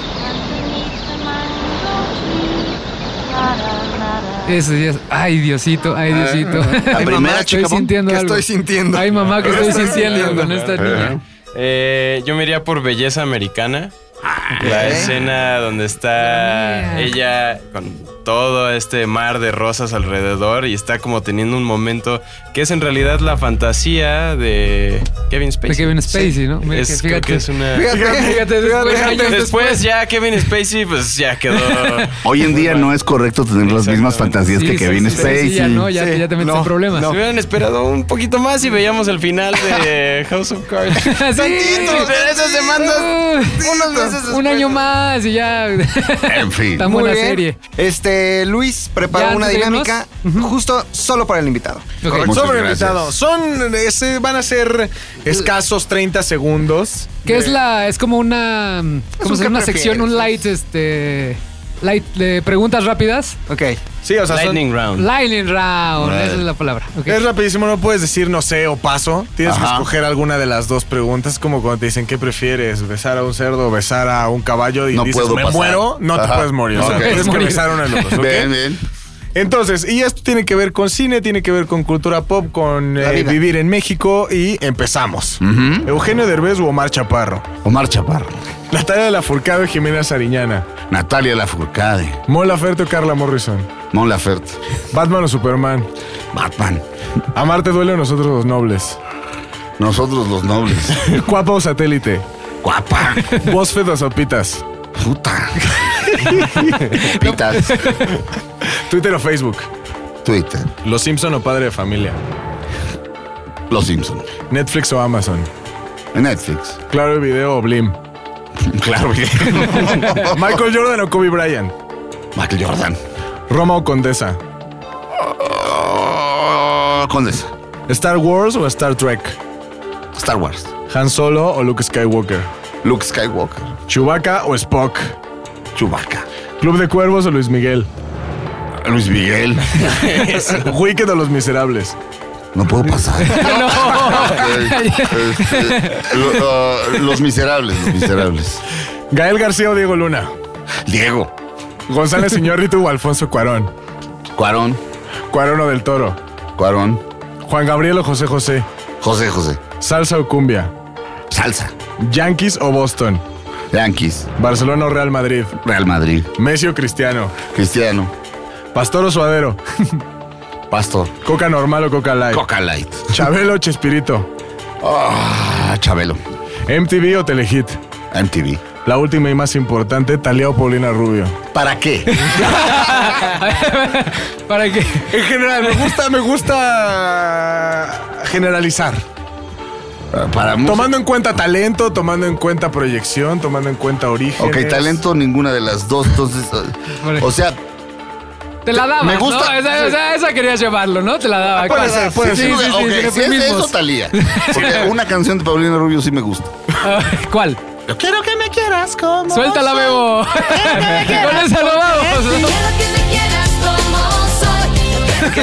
Speaker 3: Eso sí es- Ay, Diosito, ay, Diosito.
Speaker 9: la
Speaker 3: Ay,
Speaker 9: primera
Speaker 3: mamá, estoy
Speaker 9: chica,
Speaker 3: sintiendo
Speaker 4: ¿qué
Speaker 3: algo.
Speaker 4: estoy sintiendo?
Speaker 3: Ay, mamá, que estoy sintiendo con esta niña.
Speaker 6: Eh, yo me iría por belleza americana.
Speaker 3: Ah,
Speaker 6: La escena donde está
Speaker 3: Mira.
Speaker 6: ella con todo este mar de rosas alrededor y está como teniendo un momento que es en realidad la fantasía de Kevin Spacey.
Speaker 3: De Kevin Spacey,
Speaker 6: eh. Sí.
Speaker 3: ¿no? Mira,
Speaker 6: Es-
Speaker 3: que
Speaker 6: creo
Speaker 3: fíjate.
Speaker 6: que es una-
Speaker 3: Fíjate, después,
Speaker 6: Después,
Speaker 3: años después.
Speaker 6: ya Kevin Spacey pues ya quedó.
Speaker 9: Hoy en día no es correcto tener las mismas
Speaker 6: Exactamente.
Speaker 9: fantasías que
Speaker 3: Sí, sí,
Speaker 9: Kevin
Speaker 3: sí, sí,
Speaker 9: Spacey.
Speaker 3: sí, ya, no, ya, ya te metes en problemas.
Speaker 6: Se hubieran esperado un poquito más y veíamos el final de House of Cards. Sí,
Speaker 3: Sí.
Speaker 6: pero esas demandas.
Speaker 3: Uh,
Speaker 4: Unos meses después.
Speaker 3: un año más y ya.
Speaker 9: En fin.
Speaker 3: Tan
Speaker 4: Muy
Speaker 3: buena
Speaker 4: bien.
Speaker 3: serie.
Speaker 4: Este, Luis
Speaker 3: Ya,
Speaker 4: preparó una
Speaker 3: antes de irnos.
Speaker 4: dinámica justo solo para el invitado.
Speaker 3: Ok.
Speaker 9: Muchas
Speaker 1: Sobre
Speaker 9: gracias.
Speaker 1: invitado. Son, ese- van a ser escasos 30 segundos.
Speaker 3: Que es la. Es como una. Como
Speaker 4: un
Speaker 3: si
Speaker 4: ¿qué
Speaker 3: una sección, un light,
Speaker 4: prefieres?
Speaker 3: este. Light de preguntas rápidas.
Speaker 4: Ok.
Speaker 1: Sí, o sea, son-
Speaker 6: Lightning Round.
Speaker 3: Lightning round. Esa es la palabra. ok.
Speaker 1: es rapidísimo, no puedes decir no sé o paso. Tienes que
Speaker 9: Ajá.
Speaker 1: escoger alguna de las dos preguntas. Es como cuando te dicen, ¿qué prefieres? ¿Besar a un cerdo o besar a un caballo? Y
Speaker 9: No
Speaker 1: dices,
Speaker 9: puedo
Speaker 1: ¿me
Speaker 9: pasar.
Speaker 1: muero? No te
Speaker 9: Ajá.
Speaker 1: puedes morir. O sea,
Speaker 9: Ok.
Speaker 1: tienes que
Speaker 3: Morir.
Speaker 1: besar una de los dos, ¿ok?
Speaker 9: Bien, bien.
Speaker 1: Entonces, y esto tiene que ver con cine, tiene que ver con cultura pop, con eh,
Speaker 4: vida.
Speaker 1: vivir en México y empezamos.
Speaker 9: Ujú.
Speaker 1: Eugenio Derbez o Omar Chaparro.
Speaker 9: Omar Chaparro.
Speaker 1: Natalia Lafourcade o Jimena Sariñana.
Speaker 9: Natalia Lafourcade.
Speaker 1: Mola Ferte o Carla Morrison.
Speaker 9: Mon Laferte.
Speaker 1: Batman o Superman.
Speaker 9: Batman.
Speaker 1: Amarte duele a nosotros los nobles.
Speaker 9: Nosotros los nobles.
Speaker 1: Cuapa o satélite.
Speaker 9: Guapa.
Speaker 1: Bosfed o sopitas.
Speaker 9: Puta. Pitas.
Speaker 1: Twitter o Facebook.
Speaker 9: Twitter.
Speaker 1: Los Simpson o Padre de Familia.
Speaker 9: Los Simpson.
Speaker 1: Netflix o Amazon.
Speaker 9: Netflix.
Speaker 1: Claro Video o Blim.
Speaker 9: Claro.
Speaker 1: Michael Jordan o Kobe Bryant.
Speaker 9: Michael Jordan.
Speaker 1: Roma o Condesa.
Speaker 9: Oh, Condesa.
Speaker 1: Star Wars o Star Trek.
Speaker 9: Star Wars.
Speaker 1: Han Solo o Luke Skywalker.
Speaker 9: Luke Skywalker.
Speaker 1: Chewbacca o Spock.
Speaker 9: Chewbacca.
Speaker 1: Club de Cuervos o Luis Miguel.
Speaker 9: Luis Miguel.
Speaker 1: Wicked o Los Miserables.
Speaker 9: No puedo pasar. Eh, eh, lo- ah, los miserables, los miserables.
Speaker 1: Gael García o Diego Luna.
Speaker 9: Diego.
Speaker 1: González Iñárritu o Alfonso Cuarón.
Speaker 9: Cuarón.
Speaker 1: Cuarón o del Toro.
Speaker 9: Cuarón.
Speaker 1: Juan Gabriel o José José.
Speaker 9: José José.
Speaker 1: Salsa o cumbia.
Speaker 9: Salsa.
Speaker 1: Yankees o Boston.
Speaker 9: Yankees.
Speaker 1: Barcelona o Real Madrid.
Speaker 9: Real Madrid.
Speaker 1: Messi o Cristiano.
Speaker 9: Cristiano.
Speaker 1: Pastor o Suadero.
Speaker 9: Pastor.
Speaker 1: Coca normal o Coca light.
Speaker 9: Coca Light.
Speaker 1: Chabelo o Chespirito.
Speaker 9: Ah, Chabelo.
Speaker 1: MTV o Telehit.
Speaker 9: MTV.
Speaker 1: La última y más importante, Talía o Paulina Rubio.
Speaker 9: ¿Para qué?
Speaker 3: ¿Para qué?
Speaker 1: En general, me gusta, me gusta generalizar.
Speaker 9: Ah, Para música.
Speaker 1: Tomando en cuenta talento, tomando en cuenta proyección, tomando en cuenta origen.
Speaker 9: Ok, talento ninguna de las dos, entonces. ah, O sea,
Speaker 3: Te la daba.
Speaker 9: Me gusta. Ah,
Speaker 3: ¿no? Esa, esa- esa querías llevarlo, ¿no? Te la daba.
Speaker 1: puede ser, puede
Speaker 3: Pues sí,
Speaker 1: ser.
Speaker 3: Sí, sí, sí,
Speaker 9: ok, si es eso,
Speaker 3: eufemismos.
Speaker 9: Talía. Porque una canción de Paulina Rubio sí me gusta.
Speaker 3: Ah, ¿Cuál?
Speaker 9: Quiero que me quieras como.
Speaker 3: Suéltala, Bebo. Con esa lo vamos. ¿no?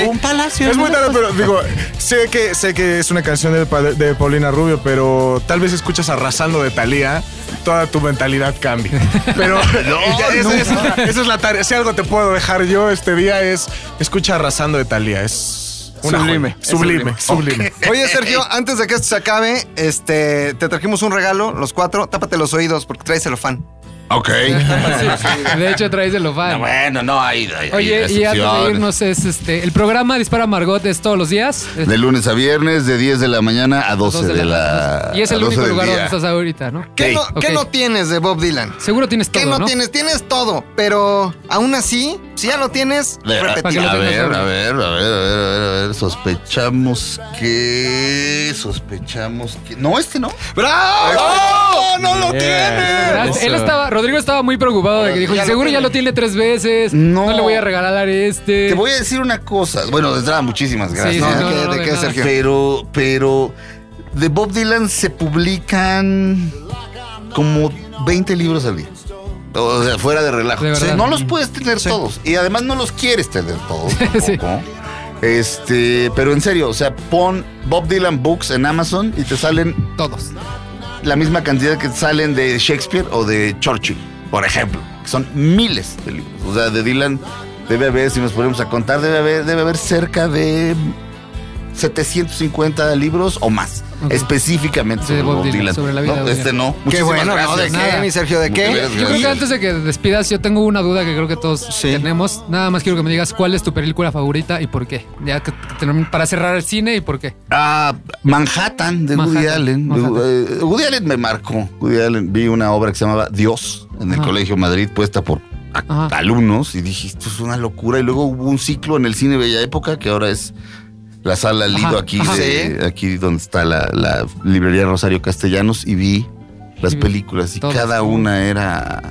Speaker 9: Un palacio.
Speaker 1: Es muy tarde, pero digo, sé que, sé que es una canción de, Pa- de Paulina Rubio, pero tal vez escuchas Arrasando de Talía, toda tu mentalidad cambia. Pero ya, esa, esa- esa es la tarea. Si algo te puedo dejar yo este día es escucha Arrasando de Talía. Es una
Speaker 6: Sublime.
Speaker 1: joya. Sublime. Sublime.
Speaker 4: Oye, Sergio, antes de que esto se acabe, este, te trajimos un regalo, los cuatro. Tápate los oídos porque traes celofán.
Speaker 9: Ok.
Speaker 3: Sí, De hecho, traes el
Speaker 9: Ah,
Speaker 3: ofán.
Speaker 9: bueno, no, hay. hay- hay
Speaker 3: Oye, y antes de
Speaker 9: excepciones.
Speaker 3: irnos, es este. El programa Dispara Margot es todos los días. Es
Speaker 9: De lunes a viernes, de 10 de la mañana a 12
Speaker 3: dos
Speaker 9: de, la.
Speaker 3: Y es el
Speaker 9: a 12
Speaker 3: único
Speaker 9: del
Speaker 3: lugar
Speaker 9: día.
Speaker 3: donde estás ahorita, ¿no?
Speaker 4: ¿Qué,
Speaker 9: Ey,
Speaker 4: no,
Speaker 3: ok.
Speaker 4: qué no tienes de Bob Dylan?
Speaker 3: Seguro tienes todo,
Speaker 4: ¿Qué no,
Speaker 3: ¿no?
Speaker 4: tienes? Tienes todo, pero aún así, si ya lo tienes,
Speaker 9: De- a,
Speaker 3: Para que
Speaker 4: repetido.
Speaker 3: lo
Speaker 9: a
Speaker 3: tengas
Speaker 9: ver,
Speaker 3: sobre.
Speaker 9: a ver, a ver, a ver, a ver, a ver. Sospechamos que. Sospechamos que. No, este no.
Speaker 4: ¡Bravo! ¡No lo
Speaker 6: Yeah.
Speaker 4: tienes!
Speaker 3: ¿Verdad?
Speaker 6: Eso.
Speaker 3: Él estaba, Rodrigo estaba muy preocupado de que dijo,
Speaker 4: Ya lo
Speaker 3: seguro ya
Speaker 4: tiene".
Speaker 3: lo tiene tres veces, no,
Speaker 9: No.
Speaker 3: le voy a regalar este.
Speaker 9: Te voy a decir una cosa. Bueno, de entrada, muchísimas gracias.
Speaker 3: sí,
Speaker 4: No,
Speaker 3: no,
Speaker 4: ¿de qué-
Speaker 3: no,
Speaker 4: de
Speaker 3: de
Speaker 4: qué,
Speaker 3: nada.
Speaker 4: Sergio?
Speaker 9: Pero, pero. De Bob Dylan se publican como 20 libros al día. O sea, fuera de relajo.
Speaker 3: De verdad.
Speaker 9: Sí, no los puedes tener todos. Y además no los quieres tener todos.
Speaker 3: Sí.
Speaker 9: tampoco. Este, pero en serio, o sea, pon Bob Dylan Books en Amazon y te salen
Speaker 3: Todos.
Speaker 9: la misma cantidad que salen de Shakespeare o de Churchill, por ejemplo. que Son miles de libros. O sea, de Dylan debe haber, si nos ponemos a contar, debe haber, debe haber cerca de 750 libros o más.
Speaker 3: Ok.
Speaker 9: específicamente
Speaker 3: De
Speaker 9: sobre
Speaker 3: Bob
Speaker 9: Bob
Speaker 3: Dylan,
Speaker 9: Dylan.
Speaker 3: sobre la vida
Speaker 9: No,
Speaker 3: de
Speaker 9: este
Speaker 3: Dylan.
Speaker 9: no.
Speaker 4: Qué
Speaker 9: Muchísimas
Speaker 4: bueno, ¿no? ¿De
Speaker 9: gracias.
Speaker 4: qué,
Speaker 3: Nada.
Speaker 4: mi Sergio? ¿De
Speaker 9: Muchas
Speaker 4: qué?
Speaker 9: gracias.
Speaker 3: Yo creo que antes de que despidas, yo tengo una duda que creo que todos
Speaker 4: Sí.
Speaker 3: tenemos. Nada más quiero que me digas cuál es tu película favorita y por qué. Ya que, que tenemos- para cerrar el cine y por qué.
Speaker 9: Ah, Manhattan de Woody
Speaker 3: Manhattan,
Speaker 9: Allen.
Speaker 3: Manhattan.
Speaker 9: Eh, Woody Allen me marcó. Woody Allen vi una obra que se llamaba Dios en el
Speaker 3: Ajá.
Speaker 9: Colegio Madrid puesta por a-
Speaker 3: Ajá.
Speaker 9: alumnos y dije, esto es una locura. Y luego hubo un ciclo en el cine Bella Época que ahora es la sala Lido
Speaker 3: Ajá,
Speaker 9: aquí,
Speaker 3: ajá.
Speaker 9: de- aquí donde está la, la librería Rosario Castellanos y vi las
Speaker 3: Y vi
Speaker 9: películas y
Speaker 3: Mm. todas.
Speaker 9: cada una era...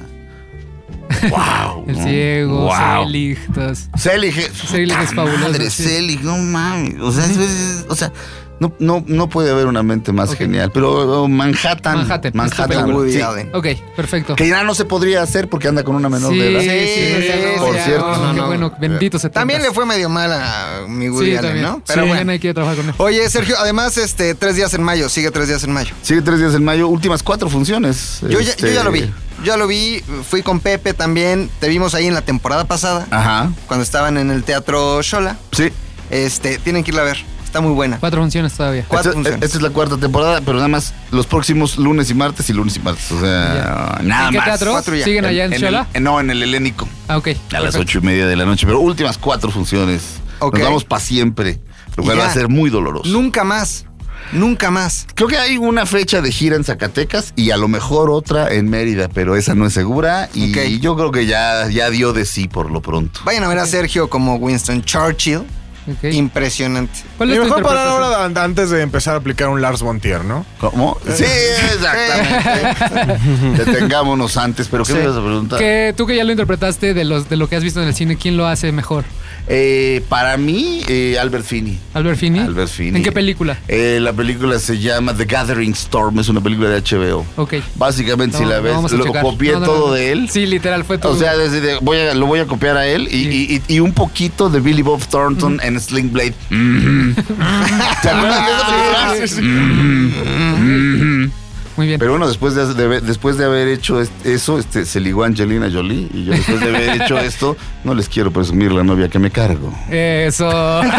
Speaker 9: ¡Wow!
Speaker 3: El
Speaker 9: ¿no?
Speaker 3: ciego,
Speaker 9: ¡Wow!
Speaker 3: Selig, todas.
Speaker 9: Selig, eh,
Speaker 3: Selig es
Speaker 9: puta
Speaker 3: fabuloso,
Speaker 9: Madre,
Speaker 3: sí.
Speaker 9: Selig, no mames. O sea, eso es- o sea no, no, no puede haber una mente más
Speaker 3: Ok.
Speaker 9: genial. Pero oh, Manhattan.
Speaker 3: Manhattan, es tu
Speaker 9: Manhattan.
Speaker 3: película.
Speaker 4: Woody
Speaker 9: sí.
Speaker 4: Allen.
Speaker 3: Ok, perfecto.
Speaker 9: Que ya no se podría hacer porque anda con una menor
Speaker 3: sí,
Speaker 9: de edad.
Speaker 3: sí,
Speaker 4: Sí,
Speaker 3: no, ya no,
Speaker 9: por
Speaker 3: ya
Speaker 9: cierto.
Speaker 3: no,
Speaker 9: No,
Speaker 3: qué
Speaker 9: no.
Speaker 3: bueno, bendito se
Speaker 4: También le fue medio mal a mi Woody
Speaker 3: Sí,
Speaker 4: Allen,
Speaker 3: también.
Speaker 4: ¿no? Pero
Speaker 3: sí,
Speaker 4: bueno.
Speaker 3: hay que trabajar con él.
Speaker 4: Oye, Sergio, además, este, tres días en mayo, sigue tres días en mayo.
Speaker 9: Sigue tres días en mayo, últimas cuatro funciones.
Speaker 4: Yo, ya, yo
Speaker 9: Este,
Speaker 4: ya lo vi, yo ya lo vi, fui con Pepe también, te vimos ahí en la temporada pasada,
Speaker 9: Ajá.
Speaker 4: cuando estaban en el Teatro Shola.
Speaker 9: Sí.
Speaker 4: Este, tienen que irla a ver, está muy buena.
Speaker 3: Cuatro funciones todavía.
Speaker 4: Cuatro
Speaker 9: Esta,
Speaker 4: funciones.
Speaker 9: esta es la cuarta temporada, pero nada más los próximos lunes y martes y lunes y martes. O sea, nada
Speaker 3: ¿En qué
Speaker 9: más.
Speaker 3: teatro?
Speaker 4: cuatro ya.
Speaker 3: ¿Siguen allá en,
Speaker 9: el-
Speaker 3: Shola?
Speaker 9: no, en el helénico.
Speaker 3: Ah, ok.
Speaker 9: A las
Speaker 3: perfecto.
Speaker 9: ocho y media de la noche, pero últimas cuatro funciones.
Speaker 4: Ok.
Speaker 9: Nos vamos para siempre, lo cual
Speaker 4: Y ya.
Speaker 9: va a ser muy doloroso.
Speaker 4: Nunca más, nunca más.
Speaker 9: Creo que hay una fecha de gira en Zacatecas y a lo mejor otra en Mérida, pero esa no es segura y
Speaker 4: Ok.
Speaker 9: yo creo que ya, ya dio de sí por lo pronto.
Speaker 4: Vayan a ver a Sergio como Winston Churchill,
Speaker 3: Ok.
Speaker 4: impresionante.
Speaker 3: ¿Cuál
Speaker 1: Y
Speaker 3: es tu
Speaker 1: mejor parar
Speaker 3: interpretación?
Speaker 1: ahora an- antes de empezar a aplicar un Lars von Trier, ¿no?
Speaker 9: ¿Cómo?
Speaker 3: Eh.
Speaker 9: Sí, exactamente. Detengámonos antes, pero ¿qué me ibas a preguntar?
Speaker 3: Que tú que ya lo interpretaste de, los, de lo que has visto en el cine, ¿quién lo hace mejor?
Speaker 9: Eh, para mí, eh, Albert Finney.
Speaker 3: ¿Albert Finney?
Speaker 9: Albert Finney.
Speaker 3: ¿En qué película?
Speaker 9: Eh, la película se llama The Gathering Storm, es una película de HBO.
Speaker 3: Ok.
Speaker 9: Básicamente, si
Speaker 3: No,
Speaker 9: la
Speaker 3: no,
Speaker 9: ves,
Speaker 3: vamos a
Speaker 9: lo
Speaker 3: checar.
Speaker 9: copié
Speaker 3: No, no,
Speaker 9: todo
Speaker 3: no.
Speaker 9: de él.
Speaker 3: Sí, literal, fue todo.
Speaker 9: O sea, desde de- voy a- lo voy a copiar a él y,
Speaker 3: Sí.
Speaker 9: y- y- y un poquito de Billy Bob Thornton en Sling Blade. Mhm. ¿Te acuerdas de esa
Speaker 1: Ah,
Speaker 9: película?
Speaker 3: sí, sí, sí.
Speaker 9: Mhm.
Speaker 3: Muy bien.
Speaker 9: Pero bueno, después de, de- después de haber hecho es- eso, este, se ligó a Angelina Jolie y yo después de haber hecho esto, no les quiero presumir la novia que me cargo.
Speaker 3: Eso. Muy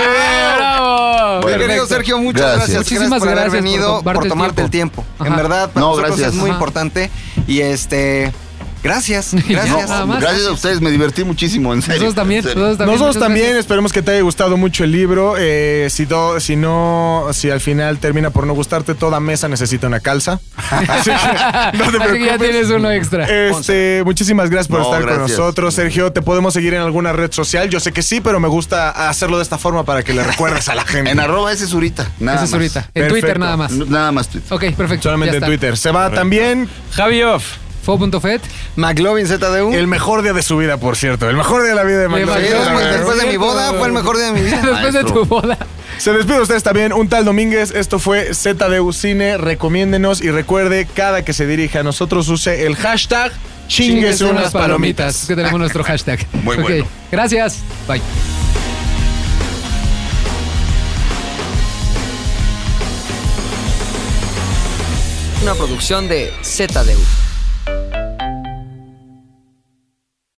Speaker 3: bien, bravo.
Speaker 9: Bueno.
Speaker 4: Pues, Querido
Speaker 3: Perfecto.
Speaker 4: Sergio, muchas
Speaker 9: Gracias.
Speaker 4: gracias.
Speaker 3: Muchísimas
Speaker 4: por haber
Speaker 3: gracias por
Speaker 4: venido, por,
Speaker 3: tomarte el
Speaker 4: tomarte el tiempo.
Speaker 3: tiempo.
Speaker 4: En
Speaker 3: Ajá.
Speaker 4: verdad, para
Speaker 9: No,
Speaker 4: nosotros
Speaker 9: gracias.
Speaker 4: es muy
Speaker 3: Ajá.
Speaker 4: importante. Y este, gracias,
Speaker 3: Y ya,
Speaker 4: gracias.
Speaker 3: nada más.
Speaker 9: Gracias a ustedes, me divertí muchísimo, en serio.
Speaker 3: Nosotros también.
Speaker 9: en serio.
Speaker 3: Nosotros también.
Speaker 1: Nosotros
Speaker 3: muchas
Speaker 1: también
Speaker 3: gracias.
Speaker 1: esperemos que te haya gustado mucho el libro. Eh, si, do- si no, si al final termina por no gustarte, toda mesa necesita una calza. Así que no te
Speaker 3: Así que ya
Speaker 1: preocupes.
Speaker 3: tienes uno extra.
Speaker 1: Este, muchísimas gracias por
Speaker 9: No,
Speaker 1: estar con
Speaker 9: gracias.
Speaker 1: nosotros, Sergio. ¿Te podemos seguir en alguna red social? Yo sé que sí, pero me gusta hacerlo de esta forma para que le recuerdes a la gente.
Speaker 9: En arroba ese Zurita. Nada
Speaker 3: Eso es
Speaker 9: más.
Speaker 3: ahorita. En
Speaker 1: Perfecto.
Speaker 3: Twitter nada más.
Speaker 9: N- Nada más Twitter.
Speaker 3: Ok, perfecto.
Speaker 1: Solamente
Speaker 3: ya
Speaker 1: en
Speaker 3: está.
Speaker 1: Twitter. Se va también
Speaker 10: Javi Off.
Speaker 3: Fo.fet.
Speaker 4: McLovin ZDU.
Speaker 1: el mejor día de su vida, por cierto. El mejor día de la vida de Manuel.
Speaker 4: Sí,
Speaker 3: Manuel.
Speaker 4: después, después de mi boda fue el mejor día de mi vida.
Speaker 3: Después de tu boda.
Speaker 1: Se despide de ustedes también, un tal Domínguez. Esto fue ZDU Cine. Recomiéndenos y recuerde, cada que se dirija a nosotros use el hashtag chingues unas palomitas.
Speaker 3: Que tenemos nuestro hashtag.
Speaker 9: Muy
Speaker 3: Ok,
Speaker 9: bueno.
Speaker 3: Gracias. Bye.
Speaker 11: Una producción de ZDU.